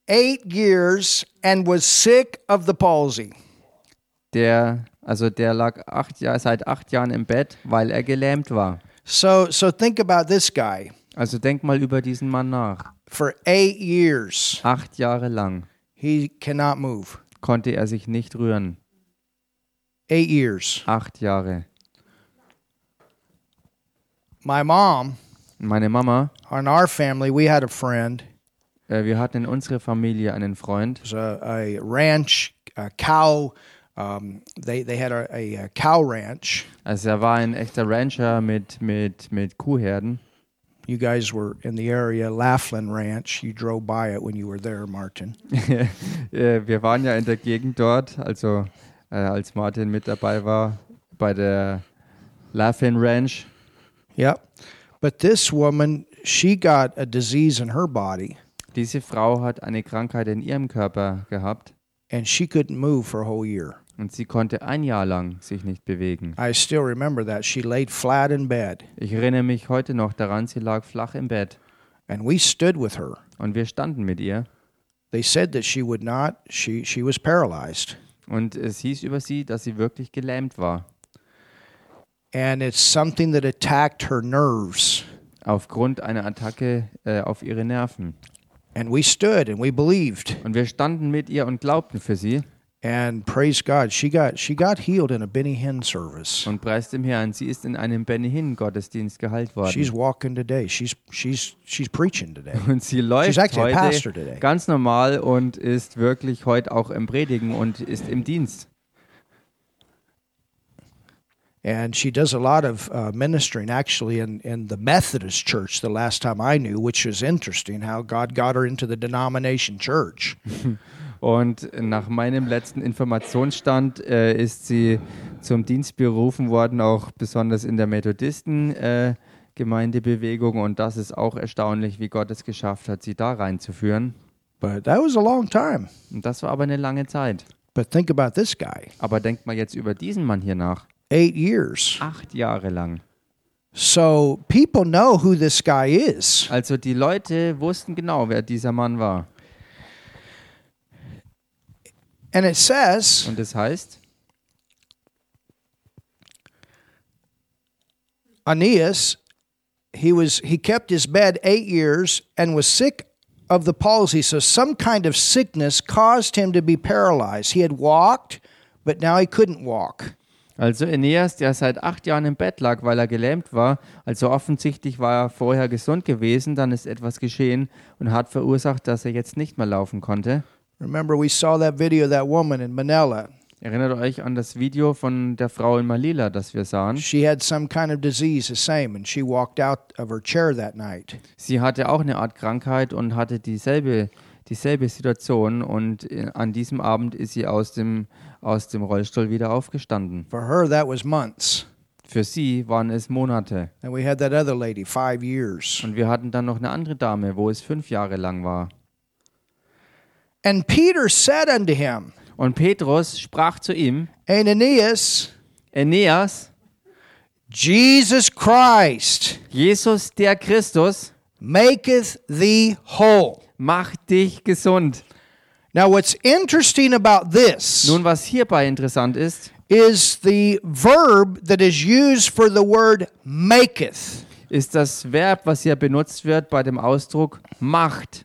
Speaker 1: eight years and was sick of the palsy.
Speaker 2: der, also der lag acht Jahr, seit acht Jahren im Bett, weil er gelähmt war.
Speaker 1: So, so think about this guy
Speaker 2: Also denk mal über diesen Mann nach.
Speaker 1: for eight years.
Speaker 2: Acht Jahre lang
Speaker 1: He cannot move.
Speaker 2: konnte er sich nicht rühren.
Speaker 1: Eight years.
Speaker 2: Acht Jahre.
Speaker 1: My mom
Speaker 2: Meine Mama,
Speaker 1: on our family, we had a friend.
Speaker 2: äh, wir hatten in unserer Familie einen Freund,
Speaker 1: It was a, a ranch, a cow. Um, they they had a, a, a cow ranch.
Speaker 2: also er war ein echter Rancher mit, mit, mit Kuhherden.
Speaker 1: You guys were in the area, Laughlin Ranch. You drove by it when you were there, Martin.
Speaker 2: Äh, wir waren ja in der Gegend dort, also äh, als Martin mit dabei war, bei der Laughing Ranch.
Speaker 1: Yep. But this woman, she got a disease in her body,
Speaker 2: Diese Frau hat eine Krankheit in ihrem Körper gehabt
Speaker 1: and she couldn't move for a whole year.
Speaker 2: und sie konnte ein Jahr lang sich nicht bewegen.
Speaker 1: I still remember that. She laid flat in bed,
Speaker 2: Ich erinnere mich heute noch daran, sie lag flach im Bett
Speaker 1: and we stood with her.
Speaker 2: und wir standen mit ihr
Speaker 1: They said that she would not. She she was paralyzed,
Speaker 2: und es hieß über sie, dass sie wirklich gelähmt war.
Speaker 1: and it's something that attacked her nerves.
Speaker 2: Aufgrund einer Attacke äh, auf ihre Nerven.
Speaker 1: And we stood and we believed.
Speaker 2: Und wir standen mit ihr und glaubten für sie.
Speaker 1: And praise God, she got she got healed in a Benny Hinn service.
Speaker 2: Und preist dem Herrn, sie ist in einem Benny Hinn Gottesdienst geheilt worden.
Speaker 1: She's walking today. She's she's she's preaching today.
Speaker 2: Und sie
Speaker 1: She's
Speaker 2: läuft
Speaker 1: actually a pastor
Speaker 2: heute
Speaker 1: today.
Speaker 2: ganz normal und ist wirklich heute auch im Predigen und ist im Dienst.
Speaker 1: And she does a lot of uh, ministering actually in, in the Methodist church the last time I knew, which is interesting how God got her into the denomination church.
Speaker 2: Und nach meinem letzten Informationsstand äh, ist sie zum Dienst berufen worden, auch besonders in der Methodisten. Äh, Gemeindebewegung und das ist auch erstaunlich, wie Gott es geschafft hat, sie da reinzuführen.
Speaker 1: But that was a long time.
Speaker 2: Und das war aber eine lange Zeit.
Speaker 1: But think about this guy.
Speaker 2: Aber denkt mal jetzt über diesen Mann hier nach.
Speaker 1: Eight years.
Speaker 2: Acht Jahre lang.
Speaker 1: So people know who this guy is.
Speaker 2: Also die Leute wussten genau, wer dieser Mann war.
Speaker 1: And it says
Speaker 2: Und das heißt,
Speaker 1: Aeneas, he was he kept his bed eight years and was sick of the palsy. So some kind of sickness caused him to be paralyzed. He had walked, but now he couldn't walk.
Speaker 2: Also Aeneas, der seit acht Jahren im Bett lag, weil er gelähmt war, also offensichtlich war er vorher gesund gewesen, dann ist etwas geschehen und hat verursacht, dass er jetzt nicht mehr laufen konnte.
Speaker 1: Remember, we saw that video of that woman in Manila.
Speaker 2: Erinnert euch an das Video von der Frau in Malila, das wir sahen.
Speaker 1: She had some kind of disease, the same, and she walked out of her chair that night.
Speaker 2: Sie hatte auch eine Art Krankheit und hatte dieselbe, dieselbe Situation und äh, an diesem Abend ist sie aus dem, aus dem Rollstuhl wieder aufgestanden.
Speaker 1: For her, that was months.
Speaker 2: Für sie waren es Monate.
Speaker 1: And we had that other lady, five years.
Speaker 2: Und wir hatten dann noch eine andere Dame, wo es fünf Jahre lang war.
Speaker 1: And Peter said unto him,
Speaker 2: Und Petrus sprach zu ihm,
Speaker 1: Ananias,
Speaker 2: Aeneas,
Speaker 1: Jesus Christ
Speaker 2: Jesus der Christus,
Speaker 1: maketh thee whole.
Speaker 2: mach dich gesund.
Speaker 1: Now, what's interesting about this
Speaker 2: Nun, was hierbei interessant ist,
Speaker 1: is the verb that is used for the word maketh.
Speaker 2: ist das Verb, was hier benutzt wird bei dem Ausdruck macht.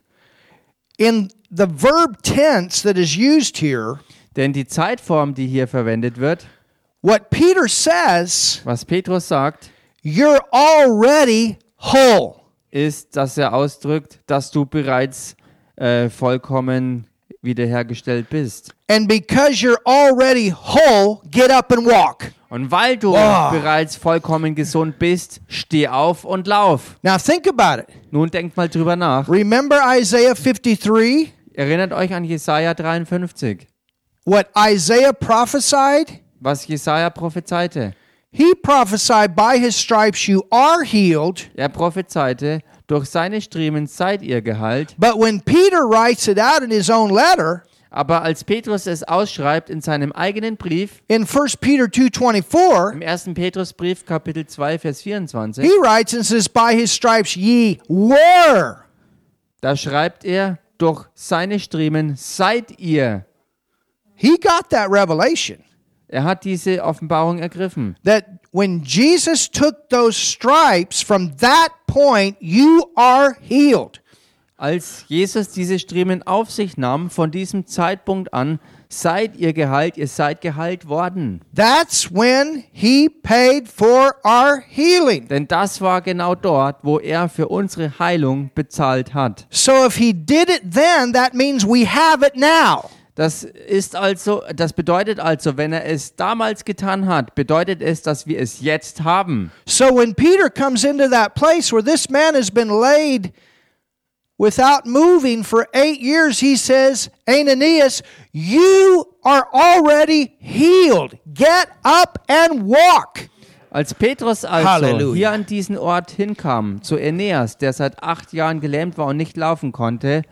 Speaker 1: In the verb tense that is used here,
Speaker 2: Denn die Zeitform, die hier verwendet wird,
Speaker 1: what Peter says,
Speaker 2: was Petrus sagt,
Speaker 1: you're already whole.
Speaker 2: ist, dass er ausdrückt, dass du bereits äh, vollkommen wiederhergestellt bist.
Speaker 1: And because you're already whole, get up and walk.
Speaker 2: Und weil du
Speaker 1: Boah.
Speaker 2: bereits vollkommen gesund bist, steh auf und lauf.
Speaker 1: Now, think about it.
Speaker 2: Nun denkt mal drüber nach.
Speaker 1: Remember Isaiah 53,
Speaker 2: Erinnert euch an Jesaja 53,
Speaker 1: what Isaiah prophesied?
Speaker 2: was Jesaja prophezeite.
Speaker 1: He prophesied, By his stripes you are healed.
Speaker 2: Er prophezeite, durch seine Striemen seid ihr geheilt.
Speaker 1: But when Peter writes it out in his own letter,
Speaker 2: Aber als Petrus es ausschreibt in seinem eigenen Brief,
Speaker 1: in 1 Peter 2:24,
Speaker 2: im 1. Petrusbrief, Kapitel 2, Vers 24,
Speaker 1: he writes and says, "By his stripes ye were."
Speaker 2: Da schreibt er, durch seine Striemen seid ihr.
Speaker 1: He got that revelation
Speaker 2: Er hat diese Offenbarung ergriffen.
Speaker 1: that when Jesus took those stripes from that point, you are healed.
Speaker 2: Als Jesus diese Striemen auf sich nahm, von diesem Zeitpunkt an, seid ihr geheilt, ihr seid geheilt worden.
Speaker 1: That's when he paid for our healing.
Speaker 2: Denn das war genau dort, wo er für unsere Heilung bezahlt hat.
Speaker 1: So if he did it then, that means we have it now.
Speaker 2: Das ist also, das bedeutet also, wenn er es damals getan hat, bedeutet es, dass wir es jetzt haben.
Speaker 1: So when Peter comes into that place where this man has been laid without moving for eight years, he says, Ananias, you are already healed. Get up and walk.
Speaker 2: Als Petrus also
Speaker 1: Halleluja.
Speaker 2: hier an diesen Ort hinkam, zu Aeneas, der seit acht Jahren gelähmt war und nicht laufen konnte,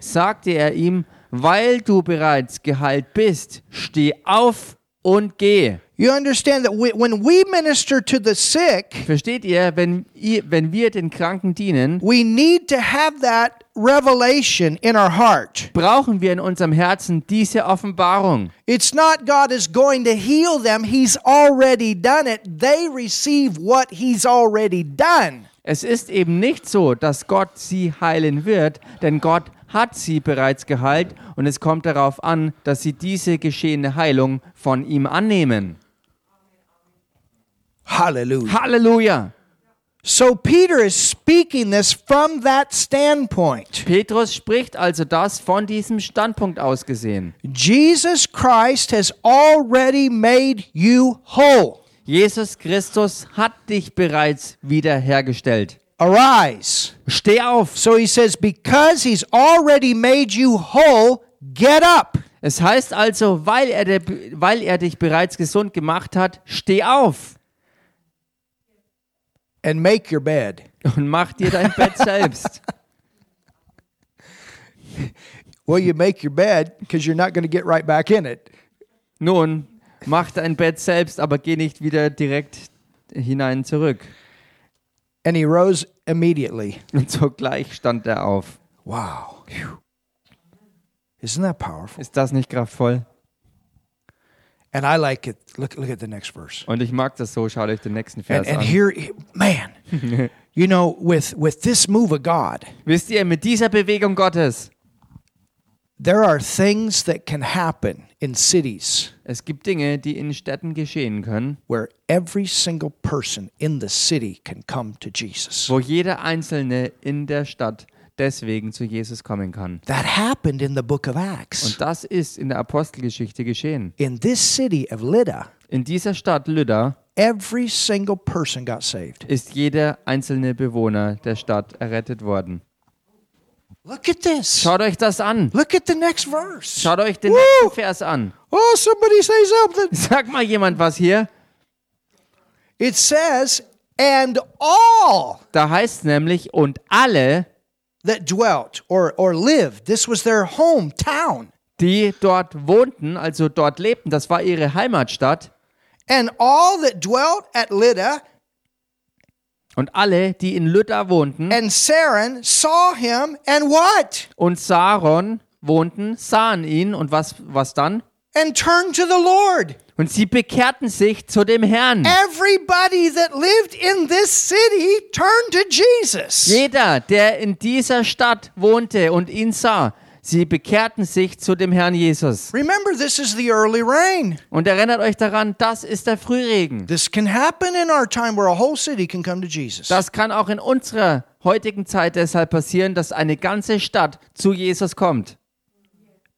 Speaker 2: sagte er ihm, weil du bereits geheilt bist, steh auf und geh.
Speaker 1: You understand that we, when we minister to the sick,
Speaker 2: Versteht ihr, wenn, ihr, wenn wir den Kranken dienen,
Speaker 1: we need to have that revelation in our heart.
Speaker 2: brauchen wir in unserem Herzen diese Offenbarung.
Speaker 1: It's not God is going to heal them, He's already done it. They receive what He's already done.
Speaker 2: Es ist eben nicht so, dass Gott sie heilen wird, denn Gott hat sie bereits geheilt und es kommt darauf an, dass sie diese geschehene Heilung von ihm annehmen.
Speaker 1: Hallelujah.
Speaker 2: Halleluja!
Speaker 1: So Peter is speaking this from that standpoint.
Speaker 2: Petrus spricht also das von diesem Standpunkt aus gesehen.
Speaker 1: Jesus Christ has already made you whole.
Speaker 2: Jesus Christus hat dich bereits wiederhergestellt.
Speaker 1: Arise.
Speaker 2: Steh auf!
Speaker 1: So he says, because he's already made you whole, get up.
Speaker 2: Es heißt also, weil er, dir- weil er dich bereits gesund gemacht hat, steh auf
Speaker 1: And make your bed.
Speaker 2: und mach dir dein Bett selbst.
Speaker 1: Well, you make your bed because you're not going to get right back in it.
Speaker 2: Nun, mach dein Bett selbst, aber geh nicht wieder direkt hinein zurück.
Speaker 1: And he rose immediately.
Speaker 2: Und sogleich stand er auf.
Speaker 1: Wow. Phew. Isn't that powerful?
Speaker 2: Ist das nicht kraftvoll?
Speaker 1: And I like it. Look, look at the next verse.
Speaker 2: Und ich mag das so, schaut euch den nächsten
Speaker 1: And,
Speaker 2: Vers
Speaker 1: and
Speaker 2: an.
Speaker 1: here, man, you know, with, with this move of God,
Speaker 2: Wisst ihr, mit dieser Bewegung Gottes,
Speaker 1: there are things that can happen in cities
Speaker 2: es gibt Dinge, die in Städten geschehen können,
Speaker 1: where every single person in the city can come to Jesus.
Speaker 2: wo jeder Einzelne in der Stadt deswegen zu Jesus kommen kann.
Speaker 1: That happened in the book of Acts.
Speaker 2: Und das ist in der Apostelgeschichte geschehen.
Speaker 1: In this city of Lydda,
Speaker 2: In dieser Stadt Lydda
Speaker 1: every single person got saved.
Speaker 2: ist jeder einzelne Bewohner der Stadt errettet worden.
Speaker 1: Look at this.
Speaker 2: Schaut euch das an.
Speaker 1: Look at the next verse.
Speaker 2: Schaut euch den
Speaker 1: Woo!
Speaker 2: nächsten Vers an.
Speaker 1: Oh, somebody say something.
Speaker 2: Sag mal jemand was hier.
Speaker 1: It says, and all
Speaker 2: Da heißt nämlich, und alle,
Speaker 1: that dwelt or, or lived, this was their hometown,
Speaker 2: die dort wohnten, also dort lebten, das war ihre Heimatstadt,
Speaker 1: and all that dwelt at Lydda
Speaker 2: und alle, die in Lydda wohnten
Speaker 1: and Saron saw him and what?
Speaker 2: und Saron wohnten, sahen ihn und was, was dann?
Speaker 1: And turned to the Lord.
Speaker 2: Und sie bekehrten sich zu dem Herrn.
Speaker 1: Everybody that lived in this city turned to Jesus.
Speaker 2: Jeder, der in dieser Stadt wohnte und ihn sah, sie bekehrten sich zu dem Herrn Jesus.
Speaker 1: Remember, this is the early rain.
Speaker 2: Und erinnert euch daran, das ist der Frühregen.
Speaker 1: This can happen in our time where a whole city can come to Jesus.
Speaker 2: Das kann auch in unserer heutigen Zeit deshalb passieren, dass eine ganze Stadt zu Jesus kommt.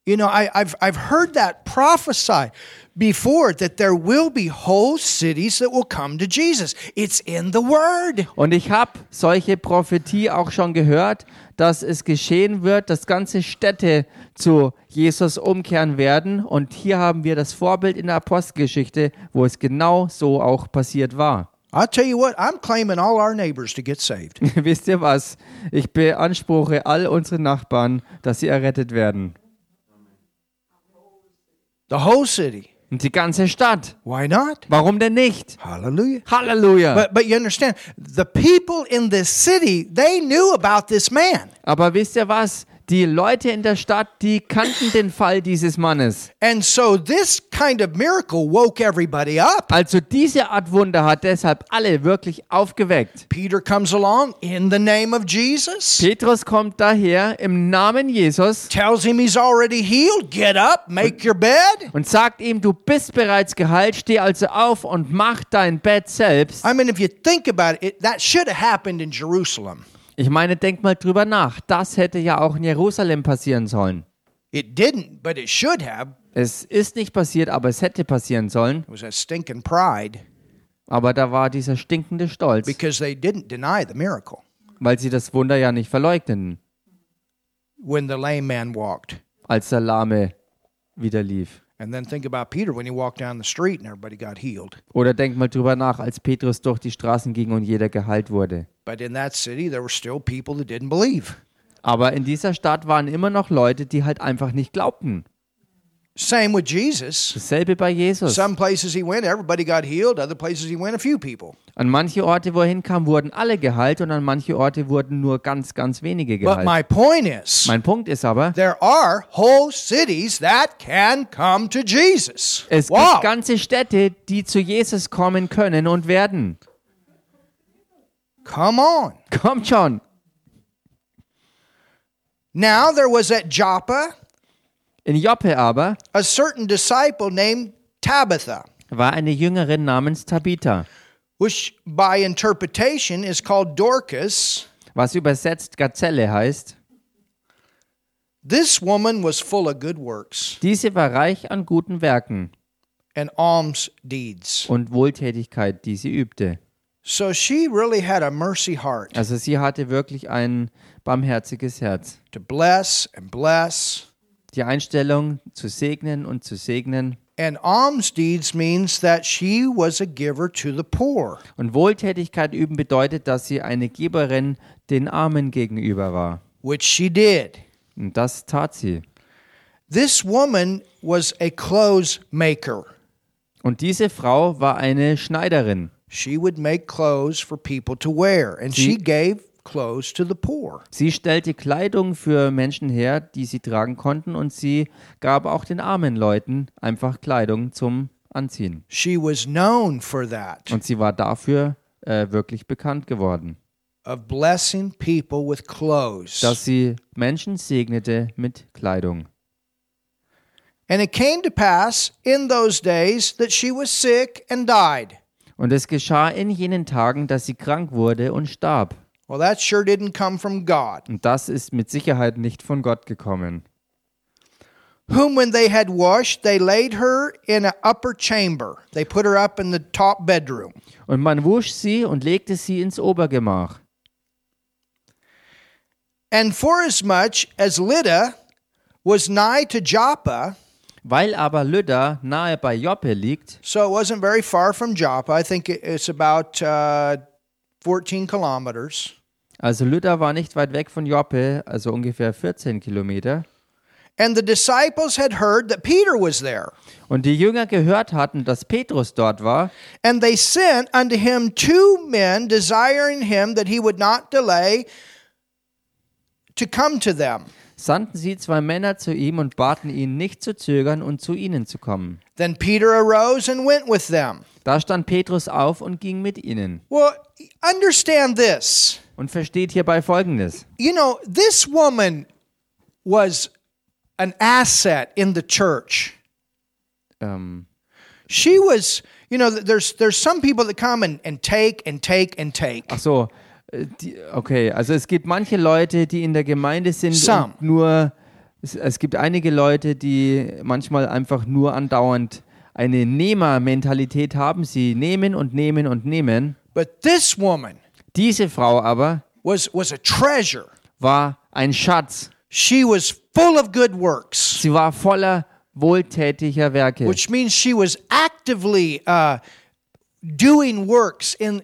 Speaker 1: You know, I, I've, I've heard that prophesied before that there will be whole cities that will come to Jesus. It's in the Word.
Speaker 2: Und ich habe solche Prophetie auch schon gehört, dass es geschehen wird, dass ganze Städte zu Jesus umkehren werden. Und hier haben wir das Vorbild in der Apostelgeschichte, wo es genau so auch passiert war.
Speaker 1: I'll tell you what, I'm claiming all our neighbors to get saved.
Speaker 2: Wisst ihr was? Ich beanspruche all unsere Nachbarn, dass sie errettet werden.
Speaker 1: The whole city.
Speaker 2: Und die ganze Stadt.
Speaker 1: Why not?
Speaker 2: Warum denn nicht?
Speaker 1: Hallelujah.
Speaker 2: Halleluja!
Speaker 1: But, but you understand, the people in this city, they knew about this man.
Speaker 2: Aber wisst ihr was? Die Leute in der Stadt, die kannten den Fall dieses Mannes.
Speaker 1: And so this kind of miracle woke everybody up.
Speaker 2: Also diese Art Wunder hat deshalb alle wirklich aufgeweckt.
Speaker 1: Peter comes along in the name of Jesus,
Speaker 2: Petrus kommt daher im Namen Jesus
Speaker 1: tells him he's already healed. Get up, make your bed.
Speaker 2: und sagt ihm, du bist bereits geheilt, steh also auf und mach dein Bett selbst.
Speaker 1: I mean, if you think about it, it that should have happened in Jerusalem.
Speaker 2: Ich meine, denk mal drüber nach. Das hätte ja auch in Jerusalem passieren sollen.
Speaker 1: It didn't, but it should have.
Speaker 2: Es ist nicht passiert, aber es hätte passieren sollen.
Speaker 1: It was that stinking pride
Speaker 2: Aber da war dieser stinkende Stolz,
Speaker 1: because they didn't deny the miracle
Speaker 2: weil sie das Wunder ja nicht verleugneten,
Speaker 1: when the lame man walked.
Speaker 2: als der Lahme wieder lief.
Speaker 1: And then think about Peter when he walked down the street and everybody got healed.
Speaker 2: Oder denk mal drüber nach, als Petrus durch die Straßen ging und jeder geheilt wurde.
Speaker 1: But in that city, there were still people that didn't believe.
Speaker 2: Aber in dieser Stadt waren immer noch Leute, die halt einfach nicht glaubten.
Speaker 1: Same with Jesus.
Speaker 2: Dasselbe bei Jesus.
Speaker 1: Some places he went, everybody got healed. Other places he went, a few people.
Speaker 2: An manche Orte, wo er hinkam, wurden alle geheilt und an manche Orte wurden nur ganz, ganz wenige
Speaker 1: But
Speaker 2: geheilt.
Speaker 1: my point is,
Speaker 2: Mein Punkt ist aber,
Speaker 1: there are whole cities that can come to Jesus.
Speaker 2: es
Speaker 1: wow.
Speaker 2: gibt ganze Städte, die zu Jesus kommen können und werden.
Speaker 1: Come on.
Speaker 2: Kommt schon!
Speaker 1: Now there was at Joppa
Speaker 2: In Joppe aber
Speaker 1: a certain disciple named Tabitha,
Speaker 2: war eine Jüngerin namens Tabitha,
Speaker 1: which by interpretation is called Dorcas.
Speaker 2: was übersetzt Gazelle heißt.
Speaker 1: This woman was full of good works
Speaker 2: Diese war reich an guten Werken
Speaker 1: and alms deeds.
Speaker 2: und Wohltätigkeit, die sie übte.
Speaker 1: So she really had a mercy heart
Speaker 2: Also sie hatte wirklich ein barmherziges Herz.
Speaker 1: to bless and bless.
Speaker 2: Die Einstellung zu segnen und zu segnen.
Speaker 1: And alms deeds means that she was a giver to the poor.
Speaker 2: Und Wohltätigkeit üben bedeutet, dass sie eine Geberin den Armen gegenüber war.
Speaker 1: which she did.
Speaker 2: Und das tat sie.
Speaker 1: This woman was a clothes maker.
Speaker 2: Und diese Frau war eine Schneiderin.
Speaker 1: She would make clothes for people to wear, and she gave clothes to the poor.
Speaker 2: Sie stellte Kleidung für Menschen her, die sie tragen konnten, und sie gab auch den armen Leuten einfach Kleidung zum anziehen.
Speaker 1: She was known for that,
Speaker 2: Und sie war dafür äh, wirklich bekannt geworden,
Speaker 1: of blessing people with clothes.
Speaker 2: dass sie Menschen segnete mit Kleidung.
Speaker 1: and it came to pass in those days that she was sick and died.
Speaker 2: Und es geschah in jenen Tagen, dass sie krank wurde und starb.
Speaker 1: Well, that sure didn't come from God,
Speaker 2: Und das ist mit Sicherheit nicht von Gott gekommen.
Speaker 1: whom when they had washed, they laid her in an upper chamber. They put her up in the top bedroom.
Speaker 2: Und man wusch sie und legte sie ins Obergemach.
Speaker 1: And forasmuch as Lydda was nigh to Joppa,
Speaker 2: Weil aber Lydda nahe bei Joppe liegt,
Speaker 1: so it wasn't very far from Joppa, I think it- it's about uh, 14 kilometers.
Speaker 2: also Lydda war nicht weit weg von Joppe, also ungefähr 14 Kilometer,
Speaker 1: And the disciples had heard that Peter was there.
Speaker 2: und die Jünger gehört hatten, dass Petrus dort war,
Speaker 1: And they sent unto him two men, desiring him that he would not delay to come to them.
Speaker 2: sandten sie zwei Männer zu ihm und baten ihn, nicht zu zögern und zu ihnen zu kommen.
Speaker 1: Then Peter arose and went with them.
Speaker 2: Da stand Petrus auf und ging mit ihnen.
Speaker 1: Well, understand this.
Speaker 2: Und versteht hierbei Folgendes.
Speaker 1: You know, this woman was an asset in the church.
Speaker 2: Ähm,
Speaker 1: She was, you know, th- there's there's some people that come and, and take and take and take.
Speaker 2: Ach so, äh, die, okay, also es gibt manche Leute, die in der Gemeinde sind
Speaker 1: Some.
Speaker 2: und nur, es, es gibt einige Leute, die manchmal einfach nur andauernd eine Nehmermentalität haben. Sie nehmen und nehmen und nehmen.
Speaker 1: But this woman
Speaker 2: Diese Frau aber
Speaker 1: was was a treasure.
Speaker 2: war ein Schatz.
Speaker 1: She was full of good works.
Speaker 2: Sie war voller wohltätiger Werke.
Speaker 1: which means she was actively uh, doing works in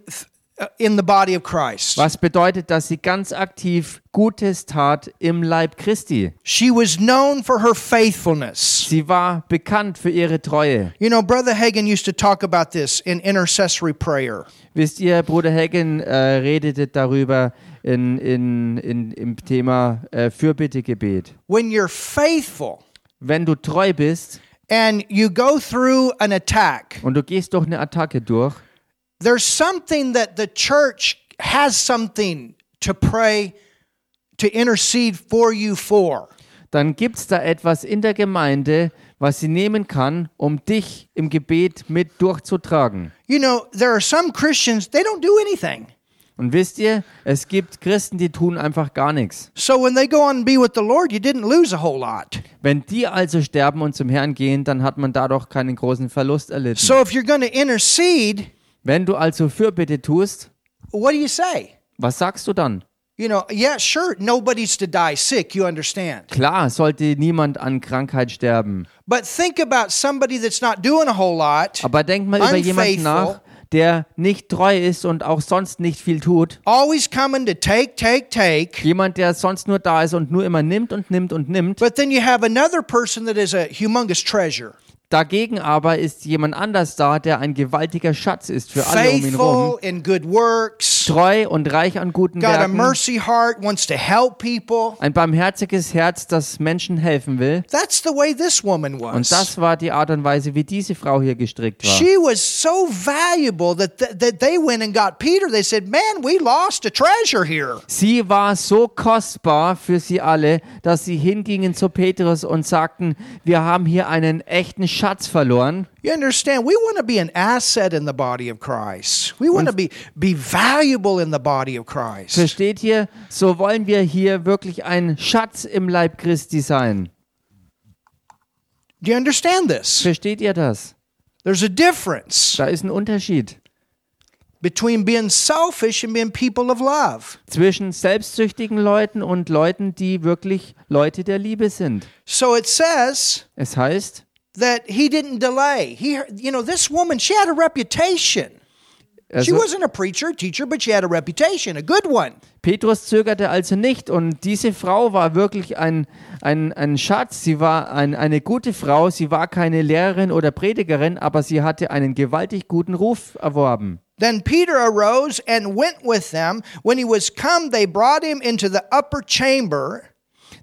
Speaker 1: uh, in the body of Christ.
Speaker 2: was bedeutet, dass sie ganz aktiv Gutes tat im Leib Christi.
Speaker 1: She was known for her faithfulness.
Speaker 2: Sie war bekannt für ihre Treue.
Speaker 1: You know, Brother Hagen used to talk about this in intercessory prayer.
Speaker 2: Wisst ihr, Bruder Hagen äh, redete darüber in, in, in, im Thema äh, Fürbittegebet.
Speaker 1: When you're faithful
Speaker 2: Wenn du treu bist
Speaker 1: and you go through an attack,
Speaker 2: und du gehst durch eine Attacke durch,
Speaker 1: there's something that the church has something to pray, to intercede for you for.
Speaker 2: dann gibt es da etwas in der Gemeinde, was sie nehmen kann, um dich im Gebet mit durchzutragen.
Speaker 1: You know, there are some Christians, they don't do anything.
Speaker 2: Und wisst ihr, es gibt Christen, die tun einfach gar nichts.
Speaker 1: So when they go on and be with the Lord, you didn't lose a whole lot.
Speaker 2: Wenn die also sterben und zum Herrn gehen, dann hat man dadurch keinen großen Verlust erlitten.
Speaker 1: So if you're going to intercede,
Speaker 2: Wenn du also Fürbitte tust,
Speaker 1: what do you say?
Speaker 2: was sagst du dann?
Speaker 1: You know, yeah, sure, nobody's to die sick, you understand.
Speaker 2: Klar, sollte niemand an Krankheit sterben.
Speaker 1: But think about somebody that's not doing a whole lot,
Speaker 2: Aber denk mal über jemanden
Speaker 1: Unfaithful.
Speaker 2: nach, der nicht treu ist und auch sonst nicht viel tut.
Speaker 1: always coming to take, take, take.
Speaker 2: Jemand, der sonst nur da ist und nur immer nimmt und nimmt und nimmt.
Speaker 1: But then you have another person that is a humongous treasure.
Speaker 2: Dagegen aber ist jemand anders da, der ein gewaltiger Schatz ist für alle um ihn
Speaker 1: Faithful
Speaker 2: rum.
Speaker 1: in good works,
Speaker 2: Treu und reich an guten
Speaker 1: got a
Speaker 2: Werken.
Speaker 1: mercy heart, wants to help people.
Speaker 2: Ein barmherziges Herz, das Menschen helfen will.
Speaker 1: That's the way this woman
Speaker 2: Und
Speaker 1: was.
Speaker 2: das war die Art und Weise, wie diese Frau hier gestrickt war.
Speaker 1: She was so valuable that, th- that they went and got Peter. They said, Man, we lost a treasure here.
Speaker 2: Sie war so kostbar für sie alle, dass sie hingingen zu Petrus und sagten, wir haben hier einen echten Schatz verloren.
Speaker 1: You understand? We want to be an asset in the body of Christ. We want to be, be valuable in the body of Christ.
Speaker 2: Versteht ihr? So wollen wir hier wirklich ein Schatz im Leib Christi sein.
Speaker 1: Do you understand this?
Speaker 2: Versteht ihr das?
Speaker 1: There's a difference
Speaker 2: Da ist ein Unterschied
Speaker 1: between being selfish and being people of love.
Speaker 2: zwischen selbstsüchtigen Leuten und Leuten, die wirklich Leute der Liebe sind.
Speaker 1: So it says
Speaker 2: Es heißt,
Speaker 1: that he didn't delay. He, you know, this woman, she had a reputation. She
Speaker 2: also,
Speaker 1: wasn't a preacher, teacher, but she had a reputation, a good one.
Speaker 2: Petrus zögerte also nicht und diese Frau war wirklich ein, ein, ein Schatz, sie war ein, eine gute Frau, sie war keine Lehrerin oder Predigerin, aber sie hatte einen gewaltig guten Ruf erworben.
Speaker 1: Then Peter arose and went with them. When he was come, they brought him into the upper chamber.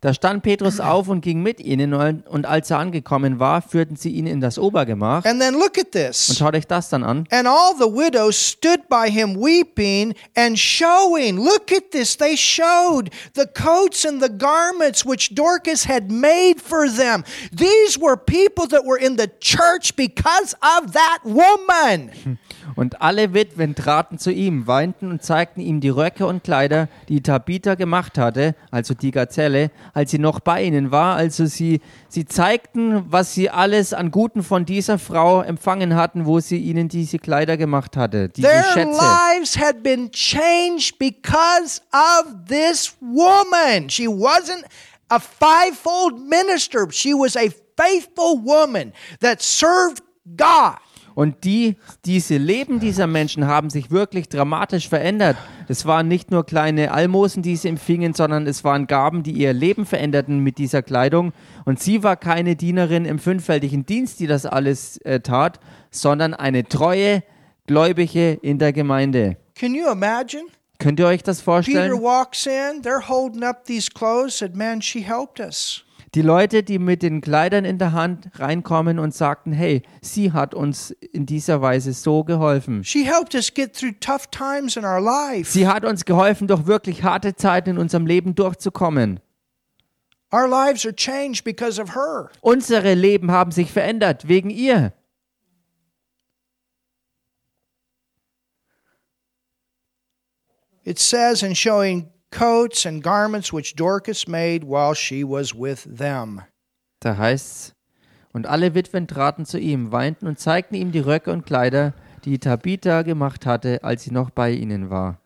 Speaker 2: Da stand Petrus auf und ging mit ihnen, und als er angekommen war, führten sie ihn in das Obergemach.
Speaker 1: And then look at
Speaker 2: Und
Speaker 1: this.
Speaker 2: schaut euch das dann an.
Speaker 1: And all the widows stood by him weeping and showing. Look at this. They showed the coats and the garments which Dorcas had made for them. These were people that were in the church because of that woman.
Speaker 2: Und alle Witwen traten zu ihm, weinten und zeigten ihm die Röcke und Kleider, die Tabitha gemacht hatte, also die Gazelle, als sie noch bei ihnen war. Also sie, sie zeigten, was sie alles an Guten von dieser Frau empfangen hatten, wo sie ihnen diese Kleider gemacht hatte, diese
Speaker 1: Their
Speaker 2: Schätze.
Speaker 1: lives had been changed because of this woman. She wasn't a fivefold minister, she was a faithful woman that served God.
Speaker 2: Und die, diese Leben dieser Menschen haben sich wirklich dramatisch verändert. Es waren nicht nur kleine Almosen, die sie empfingen, sondern es waren Gaben, die ihr Leben veränderten mit dieser Kleidung. Und sie war keine Dienerin im fünffältigen Dienst, die das alles äh, tat, sondern eine treue Gläubige in der Gemeinde.
Speaker 1: Can you imagine?
Speaker 2: Könnt ihr euch das
Speaker 1: Peter
Speaker 2: vorstellen?
Speaker 1: walks in, they're holding up these clothes, said, Man, she helped us.
Speaker 2: Die Leute, die mit den Kleidern in der Hand reinkommen und sagten, hey, sie hat uns in dieser Weise so geholfen.
Speaker 1: She helped us get through tough times in our life.
Speaker 2: Sie hat uns geholfen, durch wirklich harte Zeiten in unserem Leben durchzukommen.
Speaker 1: Our lives are changed because of her.
Speaker 2: Unsere Leben haben sich verändert wegen ihr.
Speaker 1: It says, in showing coats and garments which Dorcas made while she was with them.
Speaker 2: Da heißt's. Und alle Witwen traten zu ihm, weinten und zeigten ihm die Röcke und Kleider, die Tabitha gemacht hatte, als sie noch bei ihnen war.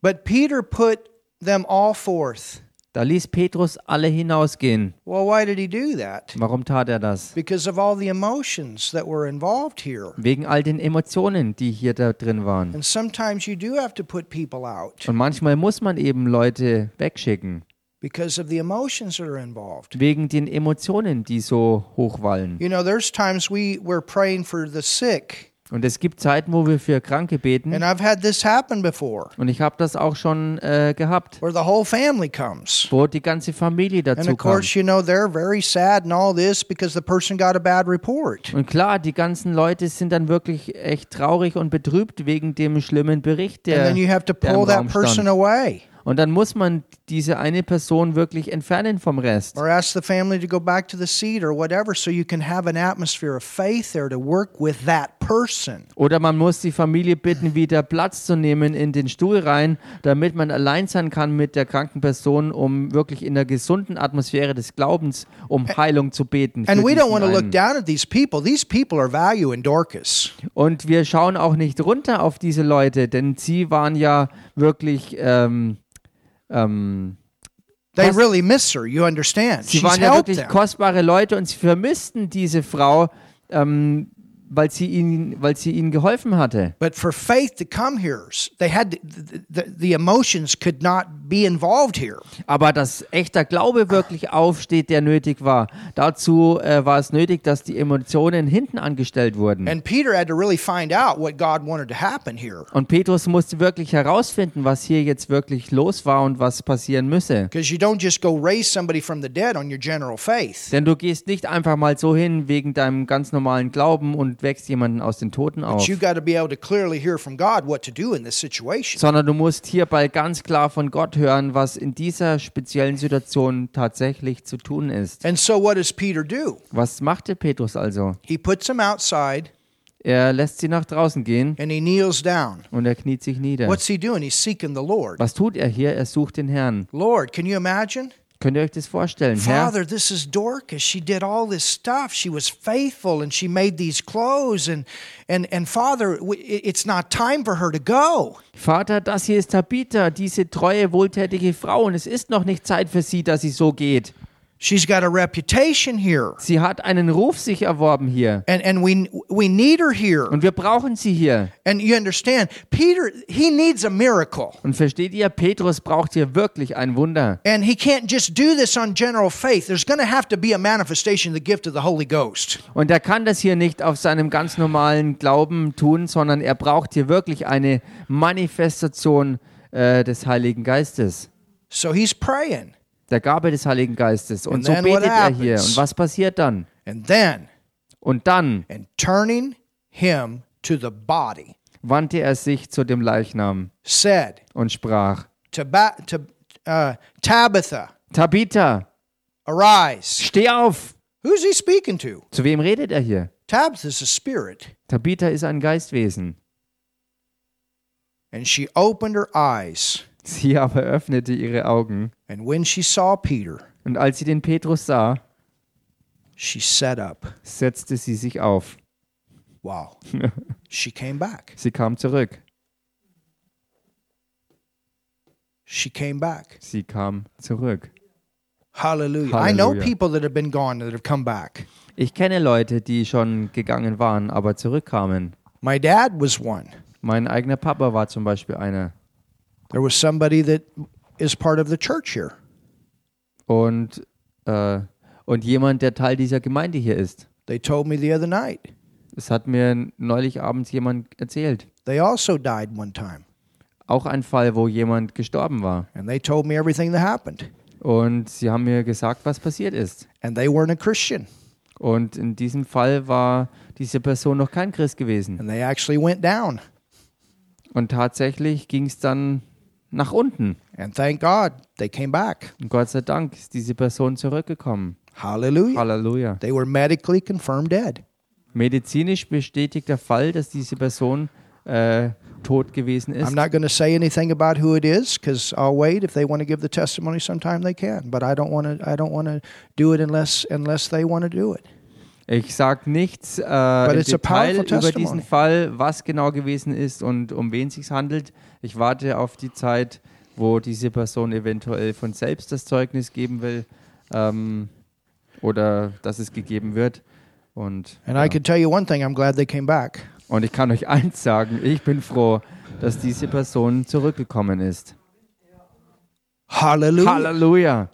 Speaker 1: But Peter put them all forth.
Speaker 2: Da ließ Petrus alle hinausgehen.
Speaker 1: Well, why did he do that?
Speaker 2: Warum tat er das?
Speaker 1: Because of all the emotions that were involved here.
Speaker 2: Wegen all den Emotionen, die hier da drin waren.
Speaker 1: And sometimes you do have to put people out
Speaker 2: Und manchmal muss man eben Leute wegschicken,
Speaker 1: because of the emotions that are involved.
Speaker 2: wegen den Emotionen, die so hochwallen.
Speaker 1: You know, there's times we we're praying for the sick,
Speaker 2: Und es gibt Zeiten, wo wir für Kranke beten.
Speaker 1: and I've had this happen before,
Speaker 2: Und ich habe das auch schon äh, gehabt,
Speaker 1: where the whole family comes.
Speaker 2: wo die ganze Familie
Speaker 1: And
Speaker 2: dazu
Speaker 1: of
Speaker 2: kam.
Speaker 1: course, you know, they're very sad and all this because the person got a bad report.
Speaker 2: Und klar, die ganzen Leute sind dann wirklich echt traurig und betrübt wegen dem schlimmen Bericht,
Speaker 1: And
Speaker 2: der,
Speaker 1: then you have to
Speaker 2: der im
Speaker 1: pull that
Speaker 2: Raum
Speaker 1: person
Speaker 2: stand.
Speaker 1: away
Speaker 2: Und dann muss man diese eine Person wirklich entfernen vom Rest.
Speaker 1: or ask the family to go back to the seat or whatever so you can have an atmosphere of faith there to work with that person.
Speaker 2: Oder man muss die Familie bitten, wieder Platz zu nehmen in den Stuhl rein, damit man allein sein kann mit der kranken Person, um wirklich in der gesunden Atmosphäre des Glaubens um Heilung zu beten.
Speaker 1: And
Speaker 2: für
Speaker 1: we don't
Speaker 2: diesen
Speaker 1: want to
Speaker 2: einen.
Speaker 1: look down at these people. These people are value in Dorcas.
Speaker 2: Und wir schauen auch nicht runter auf diese Leute, denn sie waren ja wirklich, ähm, ähm,
Speaker 1: They
Speaker 2: Cos-
Speaker 1: really miss her, you understand.
Speaker 2: sie
Speaker 1: She's
Speaker 2: waren ja
Speaker 1: helped
Speaker 2: wirklich
Speaker 1: them.
Speaker 2: kostbare Leute und sie vermissten diese Frau, ähm, weil, sie ihnen, weil sie ihnen geholfen hatte.
Speaker 1: But for faith to come here, they had to, the, the, the emotions could not be involved here.
Speaker 2: Aber dass echter Glaube wirklich aufsteht, der nötig war, dazu äh, war es nötig, dass die Emotionen hinten angestellt wurden.
Speaker 1: And Peter had to really find out what God wanted to happen here
Speaker 2: Und Petrus musste wirklich herausfinden, was hier jetzt wirklich los war und was passieren müsse.
Speaker 1: because you don't just go raise somebody from the dead on your general faith.
Speaker 2: Denn du gehst nicht einfach mal so hin wegen deinem ganz normalen Glauben und wächst jemanden aus den Toten auf,
Speaker 1: But you got to be able to clearly hear from God what to do in this situation.
Speaker 2: sondern du musst hierbei ganz klar von Gott hören, was in dieser speziellen Situation tatsächlich zu tun ist.
Speaker 1: And so, what does Peter do?
Speaker 2: Was machte Petrus also?
Speaker 1: He puts him outside
Speaker 2: Er lässt sie nach draußen gehen
Speaker 1: and he kneels down.
Speaker 2: und er kniet sich nieder.
Speaker 1: What's he doing? He's seeking the Lord.
Speaker 2: Was tut er hier? Er sucht den Herrn.
Speaker 1: Lord, can you imagine?
Speaker 2: Könnt ihr euch das vorstellen? Herr,
Speaker 1: Father, this is Dorcas. She did all this stuff. She was faithful and she made these clothes. And, and, and Father, w- it- it's not time for her to go.
Speaker 2: Vater, das hier ist Tabitha, diese treue, wohltätige Frau und es ist noch nicht Zeit für sie, dass sie so geht.
Speaker 1: She's got a reputation here.
Speaker 2: Sie hat einen Ruf sich erworben hier.
Speaker 1: And, and we, we need her here.
Speaker 2: Und wir brauchen sie hier.
Speaker 1: And you understand, Peter, he needs a miracle.
Speaker 2: Und versteht ihr, Petrus braucht hier wirklich ein Wunder.
Speaker 1: And he can't just do this on general faith. There's going to have to be a manifestation of the gift of the Holy Ghost.
Speaker 2: Und er kann das hier nicht auf seinem ganz normalen Glauben tun, sondern er braucht hier wirklich eine Manifestation äh, des Heiligen Geistes.
Speaker 1: So he's praying.
Speaker 2: der Gabe des Heiligen Geistes. Und
Speaker 1: And
Speaker 2: so
Speaker 1: then
Speaker 2: betet
Speaker 1: what
Speaker 2: er hier.
Speaker 1: happens?
Speaker 2: Und was passiert dann?
Speaker 1: And then,
Speaker 2: Und dann
Speaker 1: and turning him to the body,
Speaker 2: wandte er sich zu dem Leichnam
Speaker 1: said,
Speaker 2: und sprach:
Speaker 1: Taba- Tab- uh, Tabitha,
Speaker 2: Tabitha,
Speaker 1: arise.
Speaker 2: steh auf!
Speaker 1: Who's he speaking to?
Speaker 2: Zu wem redet er hier?
Speaker 1: Tabitha's a spirit.
Speaker 2: Tabitha ist ein Geistwesen.
Speaker 1: And she opened her eyes.
Speaker 2: Sie aber öffnete ihre Augen.
Speaker 1: And when she saw Peter,
Speaker 2: Und als sie den Petrus sah,
Speaker 1: she sat up.
Speaker 2: setzte sie sich auf.
Speaker 1: Wow. she came back.
Speaker 2: Sie kam zurück.
Speaker 1: She came back.
Speaker 2: Sie kam zurück.
Speaker 1: Hallelujah. I know
Speaker 2: Hallelujah.
Speaker 1: people that have been gone that have come back.
Speaker 2: Ich kenne Leute, die schon gegangen waren, aber zurückkamen.
Speaker 1: My dad was one.
Speaker 2: Mein eigener Papa war zum Beispiel einer.
Speaker 1: There was somebody that is part of the church here.
Speaker 2: Und, äh, und jemand, der Teil dieser Gemeinde hier ist.
Speaker 1: They told me the other night.
Speaker 2: Das hat mir neulich abends jemand erzählt.
Speaker 1: They also died one time.
Speaker 2: Auch ein Fall, wo jemand gestorben war.
Speaker 1: And they told me everything that happened.
Speaker 2: Und sie haben mir gesagt, was passiert ist.
Speaker 1: And they weren't a Christian.
Speaker 2: Und in diesem Fall war diese Person noch kein Christ gewesen.
Speaker 1: And they actually went down.
Speaker 2: Und tatsächlich ging es dann nach unten.
Speaker 1: And thank God they came back.
Speaker 2: Und Gott sei Dank ist diese Person zurückgekommen.
Speaker 1: Hallelujah.
Speaker 2: Halleluja.
Speaker 1: They were medically confirmed dead.
Speaker 2: Medizinisch bestätigter Fall, dass diese Person äh, tot gewesen
Speaker 1: I'm
Speaker 2: ist.
Speaker 1: not going to say anything about who it is because I'll wait. If they want to give the testimony sometime, they can. But I don't want to. I don't want to do it unless unless they want to do it.
Speaker 2: Ich sage nichts äh, im
Speaker 1: it's a
Speaker 2: Detail
Speaker 1: powerful
Speaker 2: über
Speaker 1: testimony.
Speaker 2: diesen Fall, was genau gewesen ist und um wen es sich handelt. Ich warte auf die Zeit, wo diese Person eventuell von selbst das Zeugnis geben will ähm, oder dass es gegeben wird. Und,
Speaker 1: And I can tell you one thing: I'm glad they came back.
Speaker 2: und ich kann euch eins sagen, ich bin froh, dass diese Person zurückgekommen ist.
Speaker 1: Hallelujah!
Speaker 2: Halleluja!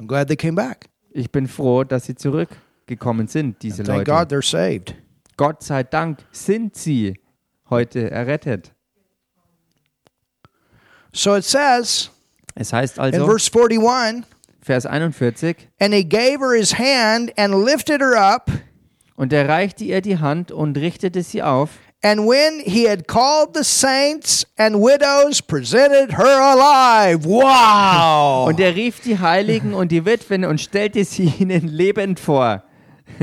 Speaker 1: I'm glad they came back.
Speaker 2: Ich bin froh, dass sie zurückgekommen sind, diese
Speaker 1: Thank
Speaker 2: Leute.
Speaker 1: God they're saved.
Speaker 2: Gott sei Dank sind sie heute errettet.
Speaker 1: So it says
Speaker 2: Es heißt
Speaker 1: in
Speaker 2: also,
Speaker 1: verse 41,
Speaker 2: Vers 41,
Speaker 1: and he gave her his hand and lifted her up.
Speaker 2: und er reichte ihr die Hand und richtete sie auf.
Speaker 1: And when he had called the saints and widows, presented her alive. Wow!
Speaker 2: Und er rief die Heiligen und die Witwen und stellte sie ihnen lebend vor.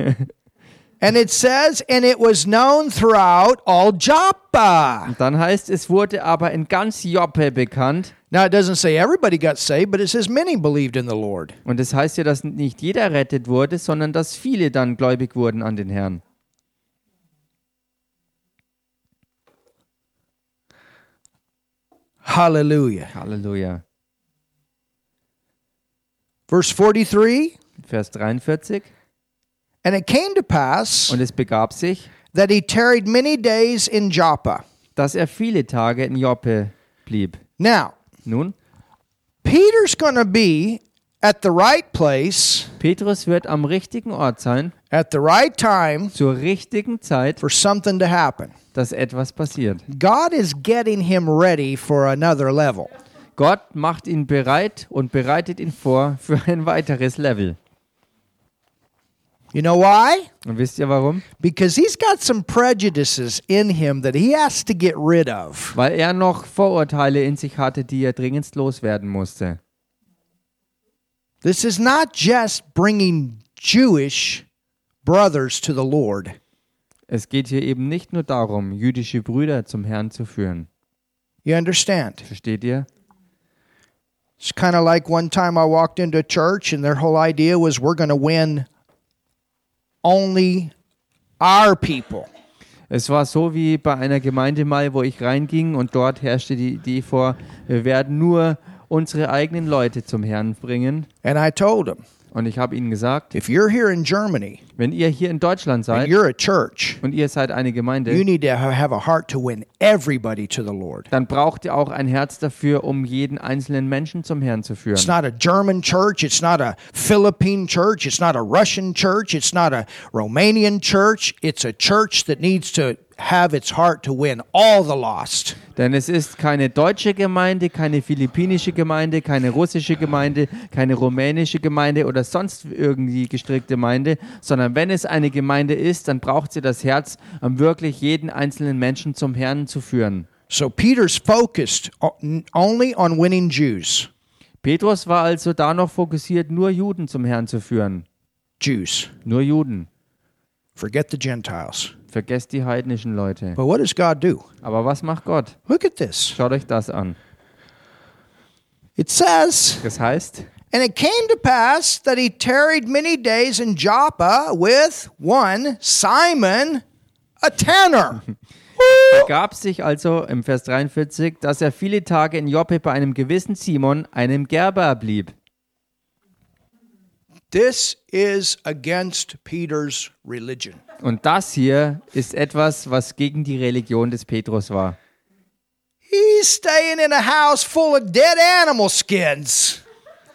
Speaker 1: And it says, and it was known throughout all Joppa.
Speaker 2: Dann heißt es, wurde aber in ganz Joppe bekannt.
Speaker 1: Now, it doesn't say everybody got saved, but it says many believed in the Lord.
Speaker 2: Und es heißt ja, dass nicht jeder errettet wurde, sondern dass viele dann gläubig wurden an den Herrn.
Speaker 1: Hallelujah.
Speaker 2: Halleluja.
Speaker 1: Verse 43
Speaker 2: Vers 43.
Speaker 1: And it came to pass
Speaker 2: Und es begab sich,
Speaker 1: that he tarried many days in Joppa.
Speaker 2: dass er viele Tage in Joppe blieb.
Speaker 1: Now,
Speaker 2: Nun,
Speaker 1: Peter's going to be at the right place
Speaker 2: Petrus wird am richtigen Ort sein,
Speaker 1: at the right time
Speaker 2: zur richtigen Zeit,
Speaker 1: for something to happen.
Speaker 2: dass etwas passiert.
Speaker 1: God is getting him ready for another level.
Speaker 2: Gott macht ihn bereit und bereitet ihn vor für ein weiteres Level.
Speaker 1: You know why?
Speaker 2: Und wisst ihr warum?
Speaker 1: Because he's got some prejudices in him that he has to get rid of.
Speaker 2: Weil er noch Vorurteile in sich hatte, die er dringendst loswerden musste.
Speaker 1: This is not just bringing Jewish brothers to the Lord.
Speaker 2: Es geht hier eben nicht nur darum, jüdische Brüder zum Herrn zu führen.
Speaker 1: You understand?
Speaker 2: Versteht ihr?
Speaker 1: It's kind of like one time I walked into a church and their whole idea was we're going to win only our people.
Speaker 2: Es war so wie bei einer Gemeinde mal, wo ich reinging und dort herrschte die Idee vor, wir werden nur unsere eigenen Leute zum Herrn bringen.
Speaker 1: And I told them,
Speaker 2: Und ich habe ihnen gesagt,
Speaker 1: if you're here in Germany
Speaker 2: wenn ihr hier in Deutschland
Speaker 1: and
Speaker 2: seid
Speaker 1: you're a church,
Speaker 2: und ihr seid eine
Speaker 1: you
Speaker 2: Gemeinde,
Speaker 1: need to ha- have a heart to win everybody to the Lord.
Speaker 2: dann braucht ihr auch ein Herz dafür, um jeden einzelnen Menschen zum Herrn zu führen.
Speaker 1: It's not a German church. It's not a Philippine church. It's not a Russian church. It's not a Romanian church. It's a church that needs to have its heart to win all the lost.
Speaker 2: Denn es ist keine deutsche Gemeinde, keine philippinische Gemeinde, keine russische Gemeinde, keine rumänische Gemeinde oder sonst irgendwie gestrickte Gemeinde, sondern wenn es eine Gemeinde ist, dann braucht sie das Herz, um wirklich jeden einzelnen Menschen zum Herrn zu führen.
Speaker 1: So Peter's focused o- only on winning Jews.
Speaker 2: Petrus war also da noch fokussiert, nur Juden zum Herrn zu führen.
Speaker 1: Jews.
Speaker 2: Nur Juden.
Speaker 1: Forget the Gentiles.
Speaker 2: Vergesst die heidnischen Leute.
Speaker 1: But what does God do?
Speaker 2: Aber was macht Gott?
Speaker 1: Look at this.
Speaker 2: Schaut euch das an.
Speaker 1: It says,
Speaker 2: Das heißt,
Speaker 1: And it came to pass that he tarried many days in Joppa with one Simon, a tanner.
Speaker 2: gab sich also im Vers 43, dass er viele Tage in Joppe bei einem gewissen Simon, einem Gerber, blieb.
Speaker 1: this is against Peter's religion.
Speaker 2: Und das hier ist etwas, was gegen die Religion des Petrus war.
Speaker 1: He's staying in a house full of dead animal skins.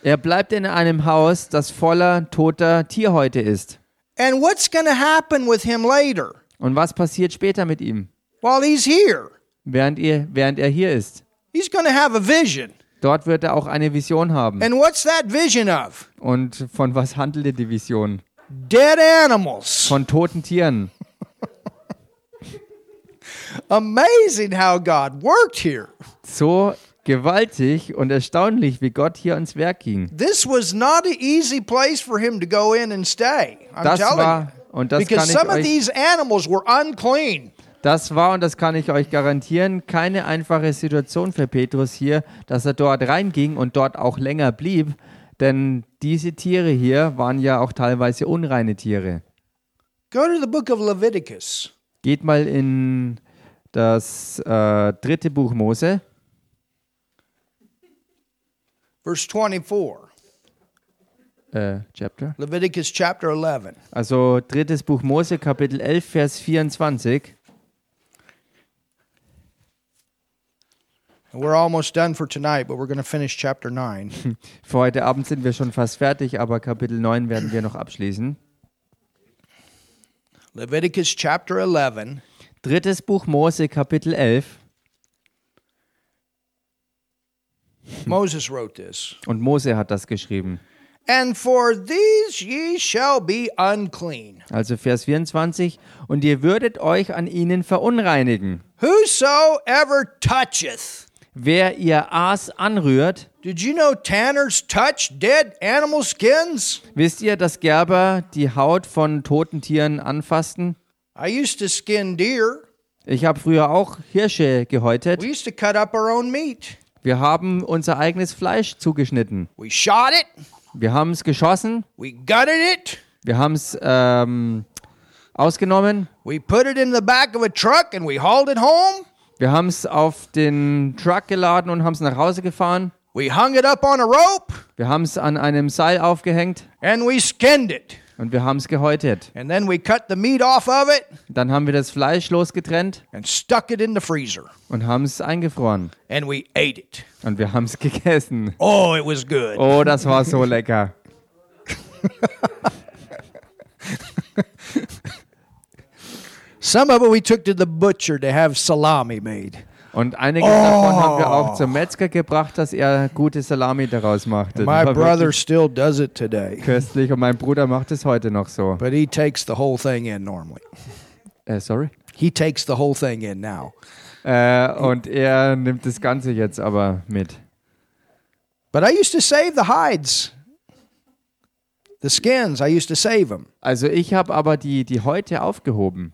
Speaker 2: Er bleibt in einem Haus, das voller toter Tierhäute ist.
Speaker 1: And what's going to happen with him later
Speaker 2: Und was passiert später mit ihm,
Speaker 1: while he's here?
Speaker 2: während, ihr, während er hier ist?
Speaker 1: He's going to have a vision.
Speaker 2: Dort wird er auch eine Vision haben.
Speaker 1: And what's that vision of?
Speaker 2: Und von was handelte die Vision?
Speaker 1: Dead animals.
Speaker 2: Von toten Tieren.
Speaker 1: Amazing how God worked here.
Speaker 2: So gewaltig und erstaunlich, wie Gott hier ans Werk ging.
Speaker 1: This was not an easy place for him to go in and stay. I'm
Speaker 2: Das
Speaker 1: telling
Speaker 2: war,
Speaker 1: you.
Speaker 2: und das kann
Speaker 1: Because
Speaker 2: ich
Speaker 1: some of
Speaker 2: euch
Speaker 1: these animals were unclean.
Speaker 2: Das war, und das kann ich euch garantieren, keine einfache Situation für Petrus hier, dass er dort reinging und dort auch länger blieb, denn diese Tiere hier waren ja auch teilweise unreine Tiere.
Speaker 1: Go to the book of Leviticus.
Speaker 2: Geht mal in das äh, dritte Buch Mose,
Speaker 1: verse 24,
Speaker 2: äh, Chapter,
Speaker 1: Leviticus chapter 11.
Speaker 2: also drittes Buch Mose, Kapitel 11, Vers 24.
Speaker 1: And we're almost done for tonight, but we're going to finish chapter 9.
Speaker 2: Für heute Abend sind wir schon fast fertig, aber Kapitel 9 werden wir noch abschließen.
Speaker 1: Leviticus chapter 11,
Speaker 2: Drittes Buch Mose, Kapitel 11,
Speaker 1: Moses wrote this.
Speaker 2: und Mose hat das geschrieben.
Speaker 1: And for these ye shall be unclean.
Speaker 2: Also Vers 24, und ihr würdet euch an ihnen verunreinigen.
Speaker 1: Whosoever toucheth.
Speaker 2: Wer ihr Aas anrührt,
Speaker 1: Did you know tanners touch dead animal skins?
Speaker 2: wisst ihr, dass Gerber die Haut von toten Tieren anfassten?
Speaker 1: I used to skin deer.
Speaker 2: Ich habe früher auch Hirsche gehäutet.
Speaker 1: We used to cut up our own meat.
Speaker 2: Wir haben unser eigenes Fleisch zugeschnitten.
Speaker 1: We shot it.
Speaker 2: Wir haben es geschossen,
Speaker 1: We gutted it.
Speaker 2: wir haben es ähm, ausgenommen,
Speaker 1: We put it in the back of a truck and we hauled it home.
Speaker 2: wir haben es auf den Truck geladen und haben es nach Hause gefahren.
Speaker 1: We hung it up on a rope
Speaker 2: Wir haben es an einem Seil aufgehängt
Speaker 1: and we skinned it.
Speaker 2: und wir haben es gehäutet.
Speaker 1: And then we cut the meat off of it
Speaker 2: Dann haben wir das Fleisch losgetrennt
Speaker 1: and stuck it in the freezer
Speaker 2: und haben es eingefroren.
Speaker 1: and we ate it.
Speaker 2: Und wir haben es gegessen.
Speaker 1: Oh, it was good.
Speaker 2: Oh, das war so lecker.
Speaker 1: Some of it we took to the butcher to have salami made.
Speaker 2: Und einiges davon haben wir auch zum Metzger gebracht, dass er gute Salami daraus machte.
Speaker 1: My
Speaker 2: Die war
Speaker 1: brother
Speaker 2: wirklich
Speaker 1: still does it today,
Speaker 2: Köstlich und mein Bruder macht es heute noch so.
Speaker 1: but he takes the whole thing in normally.
Speaker 2: Äh, sorry.
Speaker 1: He takes the whole thing in now.
Speaker 2: Äh, und er nimmt das Ganze jetzt aber mit.
Speaker 1: But I used to save the hides, the skins, I used to save them.
Speaker 2: Also ich habe aber die, die Häute aufgehoben.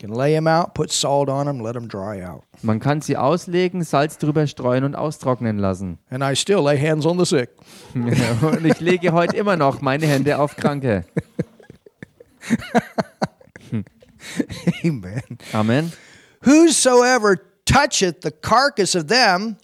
Speaker 1: Can lay them out, put salt on them, let them dry out.
Speaker 2: Man kann sie auslegen, Salz drüber streuen und austrocknen lassen.
Speaker 1: And I still lay hands on the sick.
Speaker 2: und ich lege heute immer noch meine Hände auf Kranke.
Speaker 1: Amen.
Speaker 2: Amen.
Speaker 1: Whosoever toucheth the carcass of them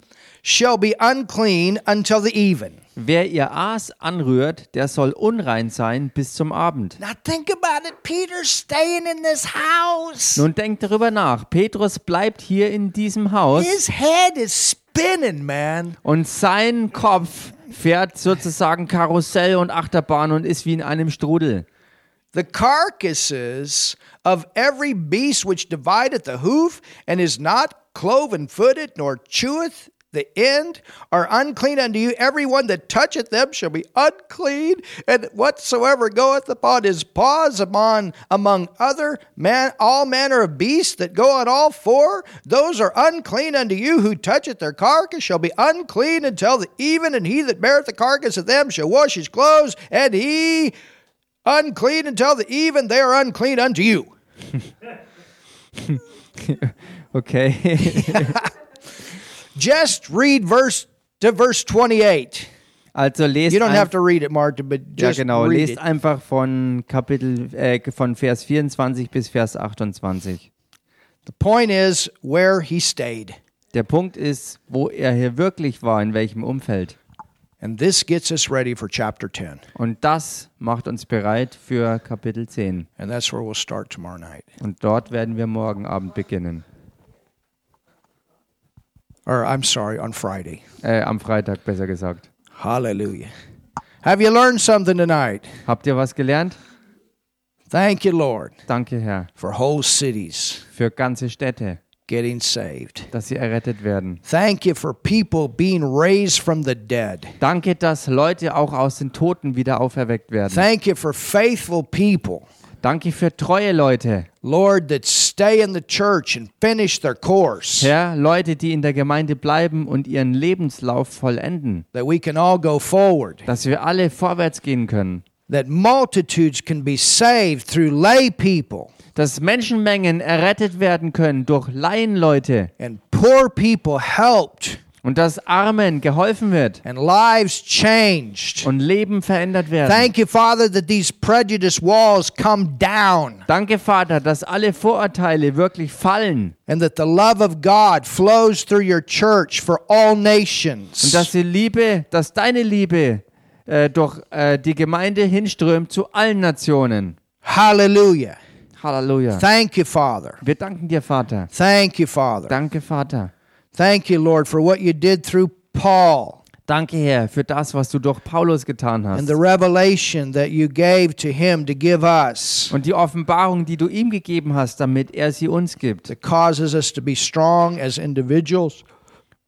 Speaker 1: shall be unclean until the even.
Speaker 2: Wer ihr Aas anrührt, der soll unrein sein bis zum Abend.
Speaker 1: Now think about it. Peter's staying in this house.
Speaker 2: Nun denkt darüber nach. Petrus bleibt hier in diesem Haus
Speaker 1: His head is spinning, man.
Speaker 2: und sein Kopf fährt sozusagen Karussell und Achterbahn und ist wie in einem Strudel.
Speaker 1: the carcasses of every beast which divideth the hoof and is not cloven footed nor cheweth the end are unclean unto you. Everyone that toucheth them shall be unclean, and whatsoever goeth upon his paws among, among other man, all manner of beasts that go on all four, those are unclean unto you. Who toucheth their carcass shall be unclean until the even, and he that beareth the carcass of them shall wash his clothes, and he unclean until the even, they are unclean unto you.
Speaker 2: Okay.
Speaker 1: Just read verse to verse 28.
Speaker 2: Also lest
Speaker 1: You don't
Speaker 2: ein-
Speaker 1: have to read it, Martin, but
Speaker 2: Ja,
Speaker 1: just
Speaker 2: genau.
Speaker 1: read
Speaker 2: Lest
Speaker 1: it.
Speaker 2: einfach von Kapitel, äh, von Vers 24 bis Vers 28.
Speaker 1: The point is where he stayed.
Speaker 2: Der Punkt ist, wo er hier wirklich war, in welchem Umfeld.
Speaker 1: And this gets us ready for chapter 10.
Speaker 2: Und das macht uns bereit für Kapitel 10.
Speaker 1: And that's where we'll start tomorrow night.
Speaker 2: Und dort werden wir morgen Abend beginnen.
Speaker 1: Or I'm sorry, on Friday.
Speaker 2: Äh, am Freitag besser gesagt.
Speaker 1: Hallelujah. Have you learned something tonight?
Speaker 2: Habt ihr was gelernt?
Speaker 1: Thank you, Lord,
Speaker 2: Danke, Herr,
Speaker 1: for whole cities
Speaker 2: für ganze Städte,
Speaker 1: getting saved.
Speaker 2: dass sie errettet werden.
Speaker 1: Thank you for people being raised from the dead.
Speaker 2: Danke, dass Leute auch aus den Toten wieder auferweckt werden.
Speaker 1: Thank you for faithful people,
Speaker 2: Danke für treue Leute.
Speaker 1: Lord, that stay in the church and finish their course,
Speaker 2: Herr, Leute, die in der Gemeinde bleiben und ihren Lebenslauf vollenden,
Speaker 1: that we can all go forward,
Speaker 2: dass wir alle vorwärts gehen können,
Speaker 1: that multitudes can be saved through lay people.
Speaker 2: dass Menschenmengen errettet werden können durch Laienleute
Speaker 1: and poor people helped
Speaker 2: und dass Armen geholfen wird
Speaker 1: and lives changed.
Speaker 2: und Leben verändert werden.
Speaker 1: Thank you, Father, that these prejudice walls come down
Speaker 2: Danke, Vater, dass alle Vorurteile wirklich fallen
Speaker 1: and that the love of God flows through your church for all
Speaker 2: und
Speaker 1: nations.
Speaker 2: dass die Liebe, dass deine Liebe äh, durch äh, die Gemeinde hinströmt zu allen Nationen.
Speaker 1: Hallelujah.
Speaker 2: Halleluja.
Speaker 1: Thank you, Father.
Speaker 2: Wir danken dir, Vater.
Speaker 1: Thank you, Father.
Speaker 2: Danke, Vater.
Speaker 1: Thank you, Lord, for what you did through Paul
Speaker 2: Danke, Herr, für das, was du durch Paulus getan hast.
Speaker 1: and the revelation that you gave to him to give us
Speaker 2: Und die Offenbarung, die du ihm gegeben hast, damit er sie uns gibt,
Speaker 1: that causes us to be strong as individuals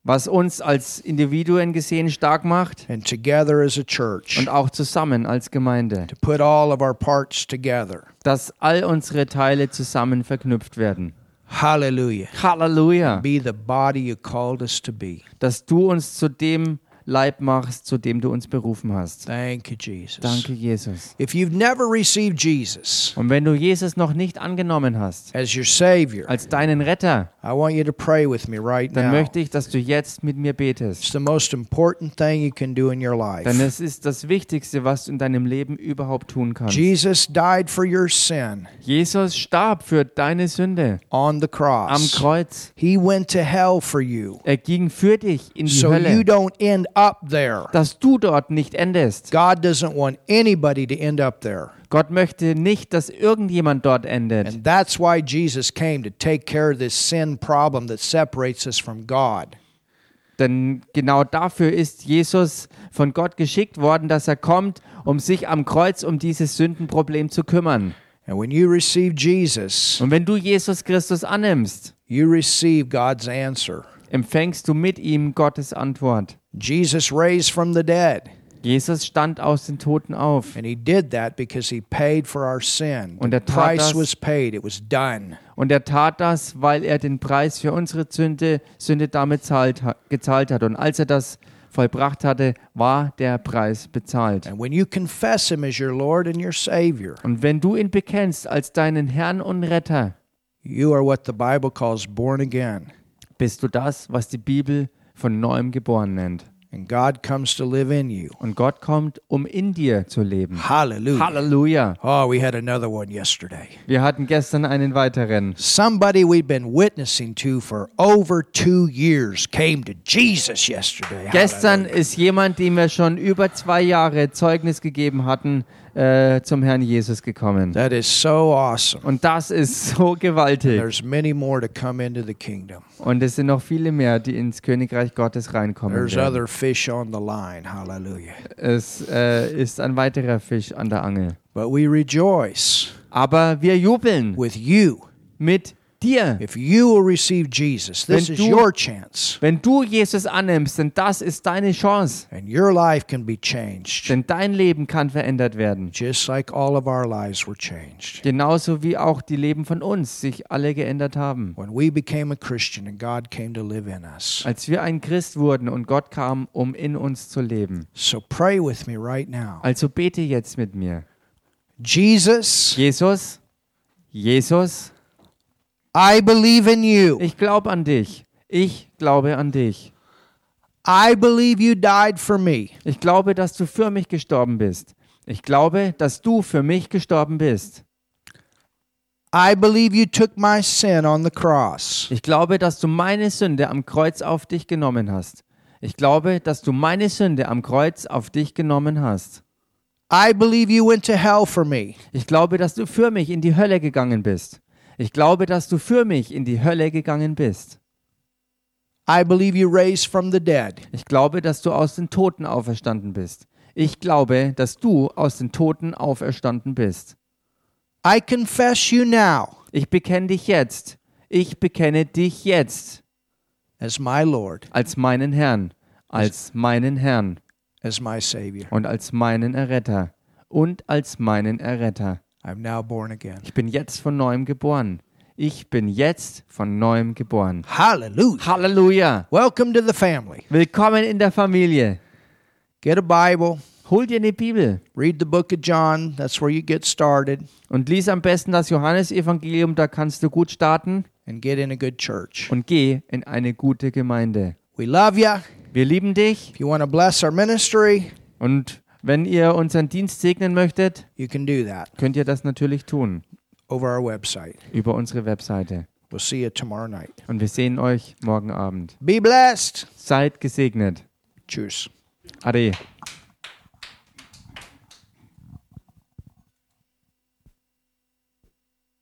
Speaker 2: was uns als Individuen gesehen stark macht
Speaker 1: and together as a church.
Speaker 2: und auch zusammen als Gemeinde,
Speaker 1: to put all of our parts together.
Speaker 2: dass all unsere Teile zusammen verknüpft werden.
Speaker 1: Hallelujah.
Speaker 2: Halleluja,
Speaker 1: Be the body you called us to be.
Speaker 2: dass du uns zu dem Leib machst, zu dem du uns berufen hast.
Speaker 1: Thank you, Jesus.
Speaker 2: Danke, Jesus.
Speaker 1: If you've never received Jesus
Speaker 2: Und wenn du Jesus noch nicht angenommen hast,
Speaker 1: as your Savior,
Speaker 2: als deinen Retter,
Speaker 1: I want you to pray with me right
Speaker 2: dann
Speaker 1: now.
Speaker 2: möchte ich, dass du jetzt mit mir betest.
Speaker 1: It's the most important thing you can do in your life.
Speaker 2: Denn es ist das Wichtigste, was du in deinem Leben überhaupt tun kannst.
Speaker 1: Jesus died for your sin
Speaker 2: Jesus starb für deine Sünde
Speaker 1: on the
Speaker 2: am
Speaker 1: cross.
Speaker 2: Kreuz.
Speaker 1: He went to hell for you
Speaker 2: Er ging für dich in die
Speaker 1: so you
Speaker 2: Hölle,
Speaker 1: don't end up there.
Speaker 2: dass du dort nicht endest.
Speaker 1: God doesn't want anybody to end up there.
Speaker 2: Gott möchte nicht, dass irgendjemand dort endet.
Speaker 1: And that's why Jesus came to take care of this sin problem that separates us from God.
Speaker 2: Denn genau dafür ist Jesus von Gott geschickt worden, dass er kommt, um sich am Kreuz um dieses Sündenproblem zu kümmern.
Speaker 1: And when you receive Jesus,
Speaker 2: Und wenn du Jesus Christus annimmst,
Speaker 1: you receive God's answer.
Speaker 2: empfängst du mit ihm Gottes Antwort.
Speaker 1: Jesus raised from the dead,
Speaker 2: Jesus stand aus den Toten auf
Speaker 1: and he did that because he paid for our sin.
Speaker 2: Und
Speaker 1: the
Speaker 2: er tat
Speaker 1: price
Speaker 2: das-
Speaker 1: was paid, it was done.
Speaker 2: und er tat das, weil er den Preis für unsere Sünde, Sünde damit zahlt, ha- gezahlt hat. Und als er das vollbracht hatte, war der Preis bezahlt.
Speaker 1: And when you confess him as your Lord and your Savior,
Speaker 2: Und wenn du ihn bekennst als deinen Herrn und Retter,
Speaker 1: you are what the Bible calls born again.
Speaker 2: bist du das, was die Bibel von neuem geboren nennt.
Speaker 1: And God comes to live in you.
Speaker 2: Und Gott kommt, um in dir zu leben.
Speaker 1: Hallelujah.
Speaker 2: Halleluja!
Speaker 1: Oh, we had another one yesterday.
Speaker 2: Wir hatten gestern einen weiteren.
Speaker 1: Somebody we've been witnessing to for over two years came to Jesus yesterday.
Speaker 2: Gestern ist jemand, dem wir schon über zwei Jahre Zeugnis gegeben hatten, äh, zum Herrn Jesus gekommen.
Speaker 1: That is so awesome.
Speaker 2: Und das ist so gewaltig.
Speaker 1: There's many more to come into the kingdom.
Speaker 2: Und es sind noch viele mehr, die ins Königreich Gottes reinkommen.
Speaker 1: There's
Speaker 2: Werden.
Speaker 1: other fish on the line. Hallelujah.
Speaker 2: Es äh, ist ein weiterer Fisch an der Angel.
Speaker 1: But we rejoice
Speaker 2: Aber wir jubeln
Speaker 1: with you
Speaker 2: mit dir.
Speaker 1: if you will receive Jesus. This
Speaker 2: Wenn
Speaker 1: is
Speaker 2: du-
Speaker 1: your chance,
Speaker 2: Wenn du Jesus annimmst, denn das ist deine Chance.
Speaker 1: and your life can be changed,
Speaker 2: Denn dein Leben kann verändert werden.
Speaker 1: just like all of our lives were changed.
Speaker 2: Genauso wie auch die Leben von uns sich alle geändert haben.
Speaker 1: When we became a Christian and God came to live in us.
Speaker 2: Als wir ein Christ wurden und Gott kam, um in uns zu leben.
Speaker 1: So pray with me right now.
Speaker 2: Also bete jetzt mit mir.
Speaker 1: Jesus,
Speaker 2: Jesus, Jesus,
Speaker 1: I believe in you.
Speaker 2: ich glaube an dich. Ich glaube an dich.
Speaker 1: I believe you died for me.
Speaker 2: Ich glaube, dass du für mich gestorben bist. Ich glaube, dass du für mich gestorben bist.
Speaker 1: I believe you took my sin on the cross.
Speaker 2: Ich glaube, dass du meine Sünde am Kreuz auf dich genommen hast. Ich glaube, dass du meine Sünde am Kreuz auf dich genommen hast.
Speaker 1: I believe you went to hell for me.
Speaker 2: Ich glaube, dass du für mich in die Hölle gegangen bist. Ich glaube, dass du für mich in die Hölle gegangen bist.
Speaker 1: I believe you raised from the dead.
Speaker 2: Ich glaube, dass du aus den Toten auferstanden bist. Ich glaube, dass du aus den Toten auferstanden bist.
Speaker 1: I confess you now
Speaker 2: Ich bekenne dich jetzt. Ich bekenne dich jetzt
Speaker 1: as my Lord,
Speaker 2: als meinen Herrn, als meinen Herrn
Speaker 1: as my Savior.
Speaker 2: und als meinen Erretter und als meinen Erretter.
Speaker 1: I'm now born again.
Speaker 2: Ich bin jetzt von neuem geboren. Ich bin jetzt von neuem geboren.
Speaker 1: Hallelujah.
Speaker 2: Halleluja!
Speaker 1: Welcome to the family.
Speaker 2: Willkommen in der Familie.
Speaker 1: Get a Bible,
Speaker 2: Hol dir eine Bibel
Speaker 1: read the book of John. That's where you get started,
Speaker 2: und lies am besten das Johannesevangelium, da kannst du gut starten
Speaker 1: and get in a good church.
Speaker 2: und geh in eine gute Gemeinde.
Speaker 1: We love you.
Speaker 2: Wir lieben dich
Speaker 1: If you want to bless our ministry,
Speaker 2: und wenn ihr unseren Dienst segnen möchtet,
Speaker 1: you can do that
Speaker 2: könnt ihr das natürlich tun
Speaker 1: over our website.
Speaker 2: über unsere Webseite.
Speaker 1: We'll see you tomorrow night.
Speaker 2: Und wir sehen euch morgen Abend.
Speaker 1: Be blessed.
Speaker 2: Seid gesegnet.
Speaker 1: Cheers.
Speaker 2: Ade.